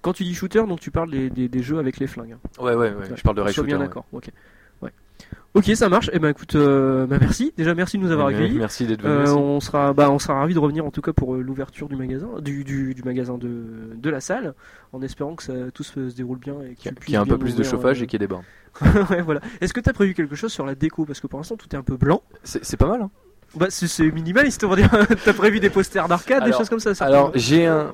B: Quand tu dis shooter, donc tu parles des, des- des jeux avec les flingues. hein.
I: Ouais, ouais, ouais, je parle de
B: Qu'on
I: rail
B: soit bien
I: shooter, ouais.
B: d'accord. Ok. Ouais. Ok, ça marche. Eh ben écoute, euh, bah, merci. Déjà merci de nous avoir
I: Ouais,
B: accueillis.
I: Eh ben Merci d'être venu.
B: Euh,
I: aussi.
B: on sera, bah, on sera ravi de revenir en tout cas pour euh, l'ouverture du magasin, du, du, du magasin de, de la salle, en espérant que ça, tout se, se déroule bien et
I: qui
B: qu'il
I: a,
B: puisse
I: qui a un
B: bien
I: peu plus de
B: ouvrir,
I: chauffage
B: euh,
I: et qui a des bains.
B: (laughs) ouais, voilà. Est-ce que t'as prévu quelque chose sur la déco Parce que pour l'instant tout est un peu blanc.
I: C'est c'est pas mal. Hein
B: Bah c'est- c'est minimaliste on va dire. (laughs) t'as prévu des posters d'arcade, des
I: Alors-
B: choses comme ça. certainement.
I: Alors j'ai un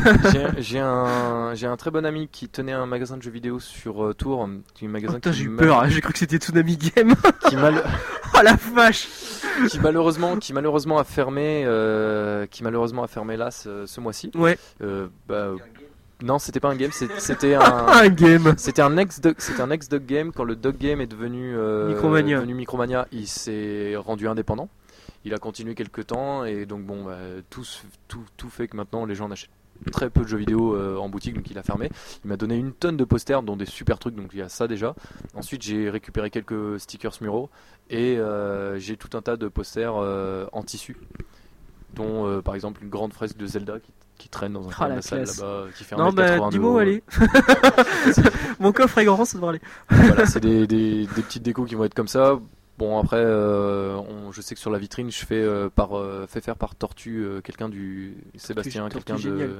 I: (laughs) j'ai un- j'ai un j'ai un très bon ami qui tenait un magasin de jeux vidéo sur euh, Tours, qui est un
B: Oh,
I: magasin
B: putain,
I: qui,
B: j'ai eu
I: mal-
B: peur, hein. j'ai cru que c'était Tsunami Game.
I: (laughs)
B: (laughs)
I: qui mal-
B: oh la vache
I: qui malheureusement qui malheureusement a fermé euh, qui malheureusement a fermé là ce, ce mois-ci.
B: Ouais.
I: Euh, bah, euh, non, c'était pas un game, c'est- c'était un
B: Un game
I: C'était un ex dog, c'était un ex dog game quand le dog game est devenu euh,
B: Micromania.
I: devenu Micromania, il s'est rendu indépendant. Il a continué quelques temps et donc bon, bah, tout, se- tout, tout fait que maintenant les gens n'achètent très peu de jeux vidéo euh, en boutique, donc il a fermé. Il m'a donné une tonne de posters, dont des super trucs, donc il y a ça déjà. Ensuite, j'ai récupéré quelques stickers muraux et euh, j'ai tout un tas de posters euh, en tissu, dont euh, par exemple une grande fresque de Zelda qui, qui traîne dans un coin
B: Oh,
I: de
B: la
I: la salle
B: classe.
I: là-bas, qui fait un
B: Non, bah, dis-moi où aller. (laughs) Mon coffre est grand, ça devrait aller.
I: voilà, c'est des, des- des petites décos qui vont être comme ça. Bon, après, euh, on- je sais que sur la vitrine, je fais, euh, par, euh, fais faire par Tortue euh, quelqu'un du. Sébastien,
B: Tortue
I: quelqu'un de.
B: géniale.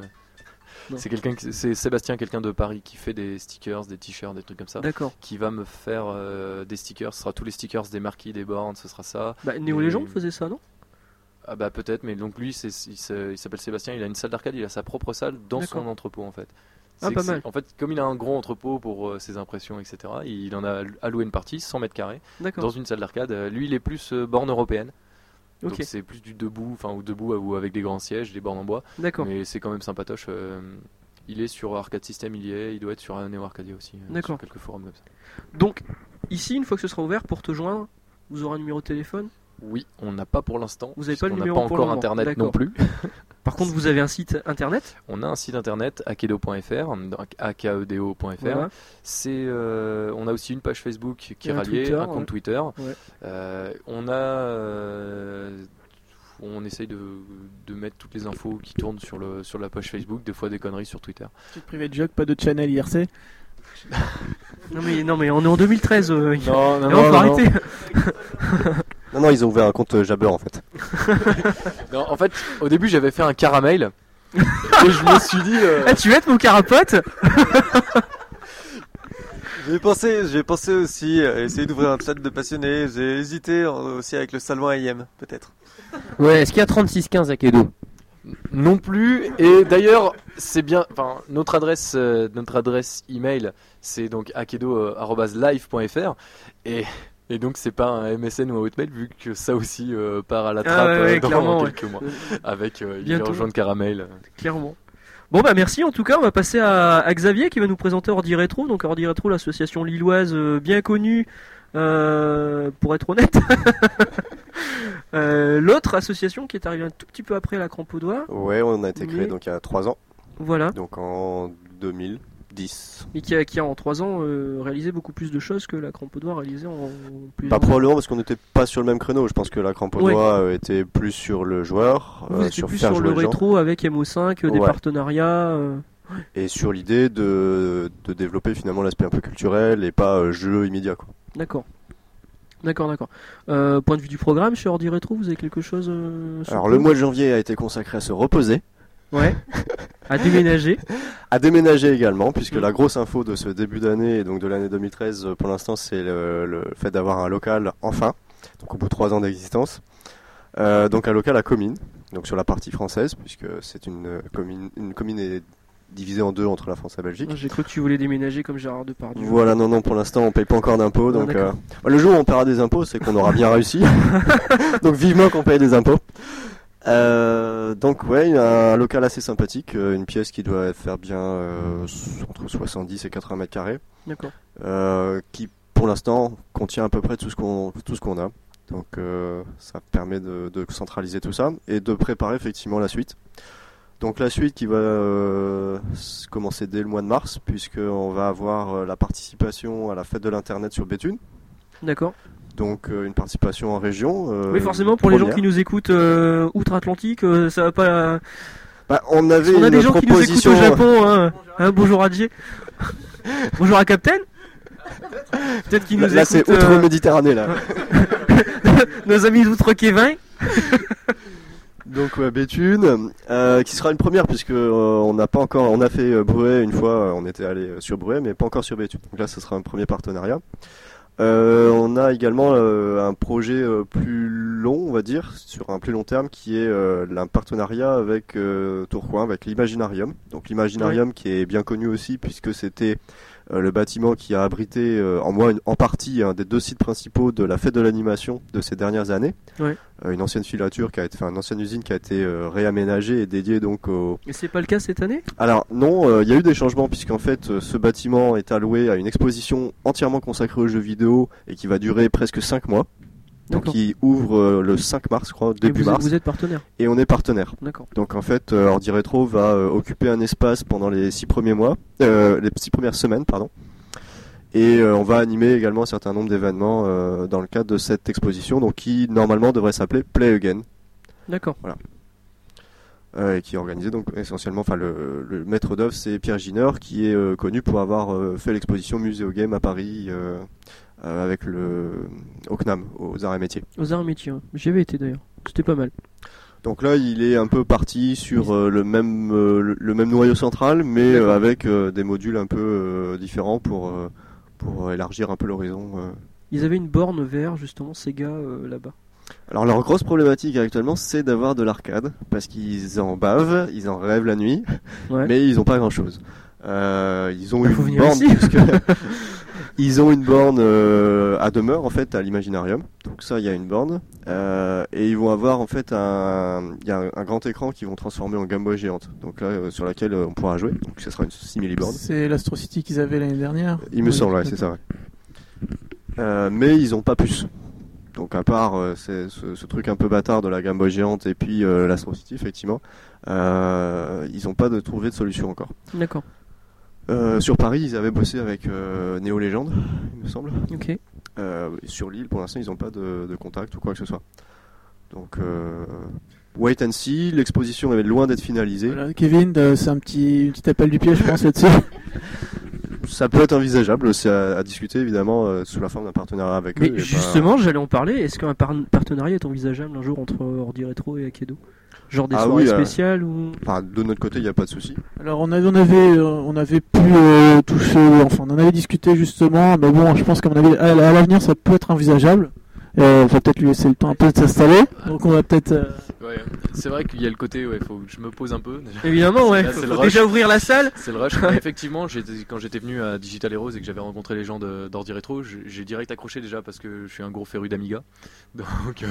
B: Non.
I: C'est quelqu'un, qui- c'est Sébastien, quelqu'un de Paris qui fait des stickers, des t-shirts, des trucs comme ça,
B: D'accord.
I: qui va me faire euh, des stickers. Ce sera tous les stickers des marquis, des bornes, ce sera ça.
B: Bah, Néo
I: Et-
B: Legend faisait ça, non
I: Ah bah peut-être, mais donc lui, c'est, il se- il s'appelle Sébastien, il a une salle d'arcade, il a sa propre salle dans
B: D'accord.
I: son entrepôt en fait.
B: Ah,
I: C'est que
B: pas
I: c'est-
B: mal.
I: En fait, comme il a un gros entrepôt pour euh, ses impressions, etc., il en a alloué une partie, 100 mètres carrés, dans
B: D'accord.
I: une salle d'arcade. Euh, Lui, il est plus euh, borne européenne. Donc
B: Ok,
I: c'est plus du debout, enfin ou debout ou avec des grands sièges, des bornes en bois.
B: d'accord.
I: Mais c'est quand même sympatoche. euh, il est sur Arcade System, il y est, il doit être sur euh, Neo Arcadia aussi. euh,
B: D'accord.
I: Sur quelques forums comme ça.
B: Donc, ici, une fois que ce sera ouvert, pour te joindre, vous aurez un numéro de téléphone.
I: Oui, on n'a pas pour l'instant.
B: Vous avez pas le
I: puisqu'on n'a
B: numéro
I: pas
B: pour le
I: encore
B: moment.
I: internet non
B: D'accord.
I: plus.
B: Par contre, vous avez un site internet.
I: On a un site internet akedo.fr, donc akedo.fr.
B: Voilà.
I: C'est, euh, on a aussi une page Facebook qui
B: Et
I: est
B: un
I: ralliée,
B: Twitter,
I: un compte
B: ouais.
I: Twitter.
B: Ouais.
I: Euh, on a, euh, on essaye de, de mettre toutes les infos qui tournent sur le sur la page Facebook, des fois des conneries sur Twitter.
D: Petite privée de joke, pas de channel IRC.
B: Non mais, non, mais on est en 2013. euh, il-
D: Non,
B: Non, faut arrêter.
F: Non, non, ils ont ouvert un compte euh, Jabber en fait.
I: Non, en fait, au début j'avais fait un
B: (laughs)
I: caramel et je me suis dit. euh,
B: Ah, tu veux être mon carapote
H: J'ai pensé, j'ai pensé aussi à essayer d'ouvrir un chat de passionnés. J'ai hésité en- aussi avec le salon IM, peut-être.
J: Ouais, est-ce qu'il y a 36-15 à Kedo
I: Non plus. Et d'ailleurs, c'est bien. Enfin, notre adresse, euh, notre adresse email, c'est donc euh, akedo@live.fr. Et et donc c'est pas un MSN ou un Hotmail vu que ça aussi euh, part à la
B: Ah
I: trappe
B: ouais, ouais,
I: euh, dans
B: clairement, (laughs)
I: quelques mois. Avec euh, il
B: Bientôt.
I: va rejoindre Caramel.
B: Clairement. Bon bah merci en tout cas, on va passer à, à Xavier qui va nous présenter Ordi Rétro. Donc Ordi Rétro, l'association lilloise euh, bien connue, euh, pour être honnête. (laughs) Euh, L'autre association qui est arrivée un tout petit peu après la Crampaudois.
F: Ouais, on a été créé
B: Mais-
F: donc il y a 3 ans,
B: Voilà.
F: donc en 2010.
B: Et qui a, qui a en 3 ans euh, réalisé beaucoup plus de choses que la Crampaudois réalisée en plus.
F: Pas probablement parce qu'on n'était pas sur le même créneau. Je pense que la crampe au
B: Ouais.
F: doigt, euh, était plus sur le joueur,
B: Vous
F: euh,
B: étiez
F: sur
B: plus
F: faire
B: sur le
F: jouer les gens,
B: rétro avec MO5, euh, des
F: Ouais.
B: partenariats. euh,
F: et sur l'idée de, de développer finalement l'aspect un peu culturel et pas euh, jeu immédiat. Quoi.
B: D'accord. D'accord, d'accord. Euh, point de vue du programme, chez Ordi Rétro, vous avez quelque chose euh, sous
F: Alors
B: le
F: le mois de janvier a été consacré à se reposer,
B: Ouais. À (laughs) déménager.
F: à déménager également, puisque
B: Mm.
F: la grosse info de ce début d'année et donc de l'année 2013 euh, pour l'instant c'est le, le fait d'avoir un local enfin, donc au bout de trois ans d'existence. Euh, donc un local à Comines, donc sur la partie française, puisque c'est une euh, commune, une commune est divisée en deux entre la France et la Belgique.
B: J'ai cru que tu voulais déménager comme Gérard Depardieu.
F: Voilà, non, non, pour l'instant, on paye pas encore d'impôts. Donc,
B: d'accord.
F: euh, bah, le jour où on paiera des impôts, c'est qu'on aura bien réussi. (laughs) donc, vivement qu'on paye des impôts. Euh, donc, ouais, il y a un local assez sympathique, euh, une pièce qui doit faire bien euh, entre 70 et 80 mètres carrés,
B: D'accord.
F: euh, qui, pour l'instant, contient à peu près tout ce qu'on tout ce qu'on a. Donc, euh, ça permet de, de centraliser tout ça et de préparer effectivement la suite. Donc la suite qui va euh, s- commencer dès le mois de mars, puisqu'on va avoir euh, la participation à la fête de l'Internet sur Béthune.
B: D'accord.
F: Donc euh, une participation en région. euh,
B: oui, forcément, pour les gens
F: première.
B: qui nous écoutent euh, outre-Atlantique, euh, ça va pas.
F: Bah, on avait
B: On a
F: une
B: des gens qui nous écoutent
F: proposition...
B: au Japon. Hein. Hein, bonjour à Jay. bonjour à Captain. Peut-être qu'ils nous
F: Là, là,
B: écoutent.
F: c'est outre
B: euh,
F: Méditerranée là.
B: (laughs) nos amis d'outre-Kévin.
F: Donc ouais, Béthune, euh, qui sera une première puisque euh, on n'a pas encore, on a fait euh, Bruet une fois, euh, on était allé euh, sur Bruet, mais pas encore sur Béthune. Donc là, ce sera un premier partenariat. Euh, on a également euh, un projet euh, plus long, on va dire, sur un plus long terme, qui est euh, un partenariat avec euh, Tourcoing, avec l'Imaginarium. Donc l'Imaginarium qui est bien connu aussi puisque c'était euh, le bâtiment qui a abrité euh, en moi une- en partie un des deux sites principaux de la fête de l'animation de ces dernières années euh, une ancienne filature qui a été, enfin, une ancienne usine qui a été euh, réaménagée et dédiée donc au.
B: Mais c'est pas le cas cette année
F: Alors non, euh, il y a eu des changements puisqu'en fait euh, ce bâtiment est alloué à une exposition entièrement consacrée aux jeux vidéo et qui va durer presque 5 mois. Donc
B: D'accord.
F: il ouvre euh, le 5 mars, je crois, début
B: Et vous,
F: mars.
B: vous êtes partenaire.
F: Et on est partenaire.
B: D'accord.
F: Donc en fait, euh, Ordi Retro va euh, occuper un espace pendant les six premiers mois, euh, les six premières semaines, pardon. Et euh, on va animer également un certain nombre d'événements euh, dans le cadre de cette exposition, donc qui normalement devrait s'appeler Play Again,
B: D'accord.
F: Voilà. euh, et qui est organisé donc essentiellement, enfin le, le maître d'œuvre c'est Pierre Gineur, qui est euh, connu pour avoir euh, fait l'exposition Muséo Game à Paris euh, euh, avec le au CNAM, aux Arts et Métiers.
B: Aux arts et métiers. ouais. J'y avais été d'ailleurs. C'était pas mal.
F: Donc là, il est un peu parti sur euh, le même euh, le- le même noyau central, mais euh, avec euh, des modules un peu euh, différents pour euh, pour élargir un peu l'horizon. euh.
B: Ils avaient une borne vert justement Sega euh, là-bas.
F: Alors leur grosse problématique actuellement, c'est d'avoir de l'arcade parce qu'ils en bavent, ils en rêvent la nuit,
B: Ouais.
F: mais ils n'ont pas grand chose. ils ont
B: Bah,
F: une
B: faut venir
F: borne
B: ici. (laughs)
F: puisque- (laughs) ils ont une borne euh, à demeure en fait à l'imaginarium. Donc ça, il y a une borne Euh, et ils vont avoir en fait un, il y a un grand écran qu'ils vont transformer en Game Boy géante. Donc là, euh, sur laquelle euh, on pourra jouer. Donc ce sera une simili borne.
D: C'est l'Astro City qu'ils avaient l'année dernière.
F: Il me
D: Oui,
F: semble, ouais, c'est ça. ouais. Euh, mais ils ont pas plus. Donc à part euh, c'est- ce, ce truc un peu bâtard de la Game Boy géante et puis euh, l'Astro City, effectivement, euh, ils ont pas de, trouvé de solution encore.
B: D'accord.
F: Euh, sur Paris, ils avaient bossé avec euh, Neo Legend, il me semble.
B: Ok.
F: Euh, sur l'île, pour l'instant, ils n'ont pas de, de contact ou quoi que ce soit. Donc, euh, wait and see. L'exposition est loin d'être finalisée.
D: Voilà, Kevin, euh, c'est un petit, un petit appel du pied, je pense, là-dessus.
F: Ça peut être envisageable. C'est à, à discuter, évidemment, euh, sous la forme d'un partenariat avec
B: Mais
F: eux. et pas-
B: justement, j'allais en parler. Est-ce qu'un par- partenariat est envisageable un jour entre Ordi Retro et Akedo Genre des
F: Ah
B: soirées
F: oui, euh,
B: spéciales ou
F: Enfin, de notre côté, il n'y a pas de souci.
D: Alors on avait, on avait, euh, on avait pu euh, toucher, enfin on en avait discuté justement, mais bon, je pense qu'à mon avis, à, à l'avenir, ça peut être envisageable. Euh, on va peut-être lui laisser le temps un peu de s'installer. Donc on va peut-être. euh,
I: Ouais, c'est vrai qu'il y a le côté, ouais, faut que je me pose un peu. (laughs) déjà.
B: Évidemment, ouais.
I: Là, c'est
B: Faut,
I: le
B: faut
I: rush.
B: déjà ouvrir la salle.
I: C'est le rush. Mais Effectivement, j'étais- quand j'étais venu à Digital Heroes et que j'avais rencontré les gens de- d'Ordi Retro, j'ai j'ai direct accroché déjà parce que je suis un gros
B: (laughs)
I: féru d'Amiga. Donc, euh,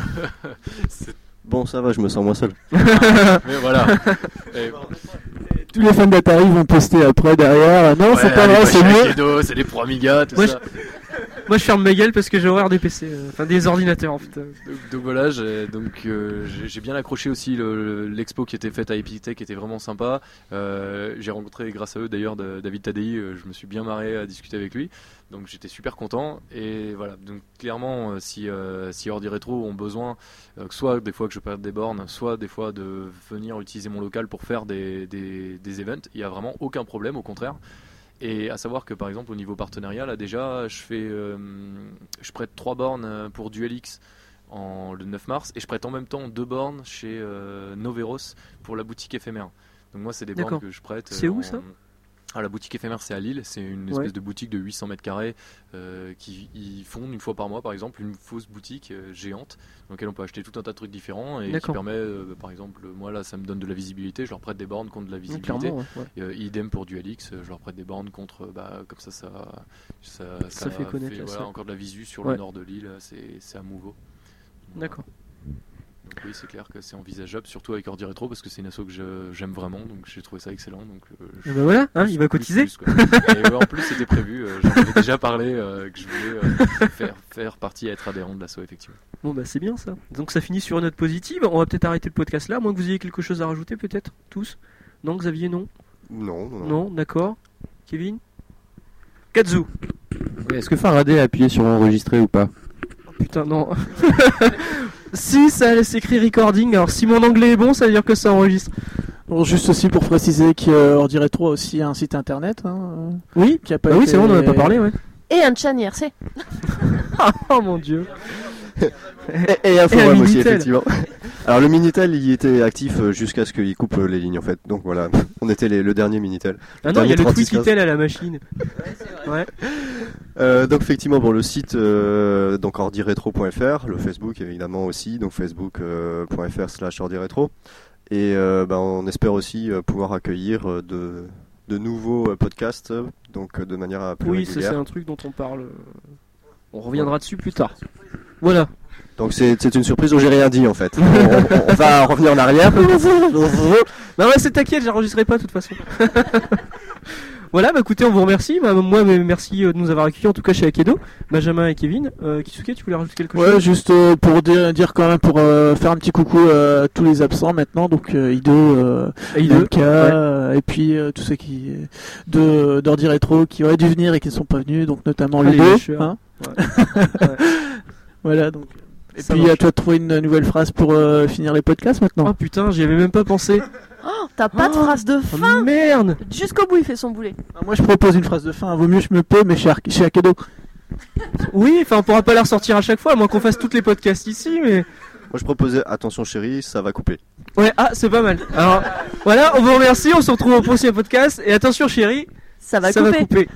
I: c'est-
F: Bon, ça va, je me sens moins seul.
I: mais
B: (laughs)
I: voilà. Et-
D: Tous les fans d'Atari vont poster après derrière. euh, Non,
I: Ouais,
D: c'est pas
I: les
D: vrai, c'est
I: Pacha
D: mieux.
I: Kedo, C'est les pro Amiga, tout
B: Moi,
I: ça.
B: Moi, je ferme ma gueule parce que j'ai horreur des PC. euh, Enfin, des ordinateurs en fait. Euh,
I: Donc, donc voilà, j'ai donc, euh, j'ai j'ai bien accroché aussi le- l'expo qui était faite à Epitech, qui était vraiment sympa. Euh, j'ai rencontré, grâce à eux d'ailleurs, de- David Tadei, euh, je me suis bien marré à discuter avec lui. Donc j'étais super content. Et voilà, donc clairement, euh, si, euh, si Ordi Retro ont besoin, euh, que soit des fois que je perde des bornes, soit des fois de venir utiliser mon local pour faire des, des, des events, il n'y a vraiment aucun problème, au contraire. Et à savoir que par exemple au niveau partenariat, là déjà, je fais, euh, je prête trois bornes euh, pour DuelX en, le 9 mars et je prête en même temps deux bornes chez euh, Noveros pour la boutique éphémère. Donc moi, c'est des bornes
B: D'accord.
I: que je prête. euh,
B: C'est où,
I: en-
B: ça
I: ah, la boutique éphémère, c'est à Lille. C'est une
B: Ouais.
I: espèce de boutique de 800 mètres carrés euh, qui ils font une fois par mois, par exemple, une fausse boutique euh, géante dans laquelle on peut acheter tout un tas de trucs différents et qui
B: D'accord.
I: permet, euh, par exemple, moi là, ça me donne de la visibilité. Je leur prête des bornes contre de la
B: non,
I: visibilité.
B: clairement, ouais, ouais.
I: Et, euh, idem pour DualX, euh, je leur prête des bornes contre, euh, bah, comme ça, ça, ça,
B: Ça fait connaître la
I: voilà,
B: salle.
I: encore de la visu sur
B: Ouais.
I: le nord de l'île, euh, c'est c'est à Mouveau.
B: D'accord.
I: Donc oui, c'est clair que c'est envisageable, surtout avec Ordi Retro, parce que c'est une asso que je- j'aime vraiment, donc j'ai trouvé ça excellent. Donc, euh, je-
B: Eh ben voilà, hein, il va
I: plus,
B: cotiser.
I: plus, quoi. Et ouais, en plus, c'était prévu, euh, j'en avais déjà parlé, euh, que je voulais euh, faire, faire partie, être adhérent de l'asso, effectivement.
B: Bon bah c'est bien ça. Donc ça finit sur une note positive. On va peut-être arrêter le podcast là, à moins que vous ayez quelque chose à rajouter peut-être tous. Non Xavier non.
F: Non, non, non.
B: Non, d'accord. Kevin. Katsu.
J: Ouais, Est-ce que Faraday a appuyé sur enregistrer ou pas
B: Putain non. (laughs) si ça s'écrit recording. Alors si mon anglais est bon, ça veut dire que ça enregistre.
D: Bon, juste aussi pour préciser qu'Ordi Retro a aussi un site internet. hein, euh,
B: Oui.
D: qui a pas
B: Bah oui
D: été-
B: c'est bon, on en a pas parlé ouais.
A: Et un chan IRC.
B: (laughs) oh mon dieu.
F: Et, et un
B: Et un
F: forum aussi,
B: Minitel.
F: effectivement. Alors le Minitel, il était actif euh, jusqu'à ce qu'il coupe euh, les lignes, en fait. Donc voilà, on était les- le dernier Minitel.
B: Ah non il y a le
F: 36,
B: Twitter à la machine. Ouais.
F: Euh, donc effectivement, bon, le site, euh, donc ordiretro.fr, le Facebook évidemment aussi, donc facebook.fr slash ordiretro. Et euh, bah, on espère aussi euh, pouvoir accueillir euh, de, de nouveaux euh, podcasts, euh, donc euh, de manière euh, plus
B: Oui ça c'est
F: régulière.
B: un truc dont on parle. euh, On reviendra dessus plus tard. (laughs) Voilà.
F: Donc c'est c'est une surprise où j'ai rien dit en fait.
B: (laughs)
F: on, on- on va revenir en arrière.
B: Non, ouais, c'est t'inquiète, j'enregistrerai pas de toute façon. (laughs) Voilà, bah écoutez, on vous remercie. Bah, moi, mais merci euh, de nous avoir accueillis, en tout cas chez Akedo, Benjamin et Kevin. Euh, Kisuke, tu voulais rajouter quelque
D: Ouais,
B: chose
D: juste euh, pour dire, dire quand même, pour euh, faire un petit coucou euh, à tous les absents maintenant, donc euh, Ido, euh,
B: Et Ido,
D: Nanka, euh, et puis euh, tous ceux qui de d'Ordi Retro qui auraient dû venir et qui ne sont pas venus, donc notamment
B: Ah, les
D: Ludo.
B: lâcheurs.
D: hein. (laughs)
B: Ouais.
D: voilà, donc. Et
B: Ça
D: puis
B: marche.
D: à toi de trouver une nouvelle phrase pour euh, finir les podcasts maintenant.
B: Oh putain, j'y avais même pas pensé.
A: Oh, t'as pas de phrase de
B: Oh,
A: fin
B: (laughs) merde
A: Jusqu'au bout, il fait son boulet.
D: Ah, Moi je propose une phrase de fin, vaut mieux je me paie, mais chez, Ar- chez Akedo.
B: Oui, enfin, on pourra pas la ressortir à chaque fois, à moins qu'on fasse toutes les podcasts ici, mais.
F: Moi je proposais attention chérie, ça va couper.
B: Ouais, ah, c'est pas mal. Alors, voilà, on vous remercie, on se retrouve au prochain podcast, et attention chérie,
A: Ça va
B: ça
A: couper.
B: va couper.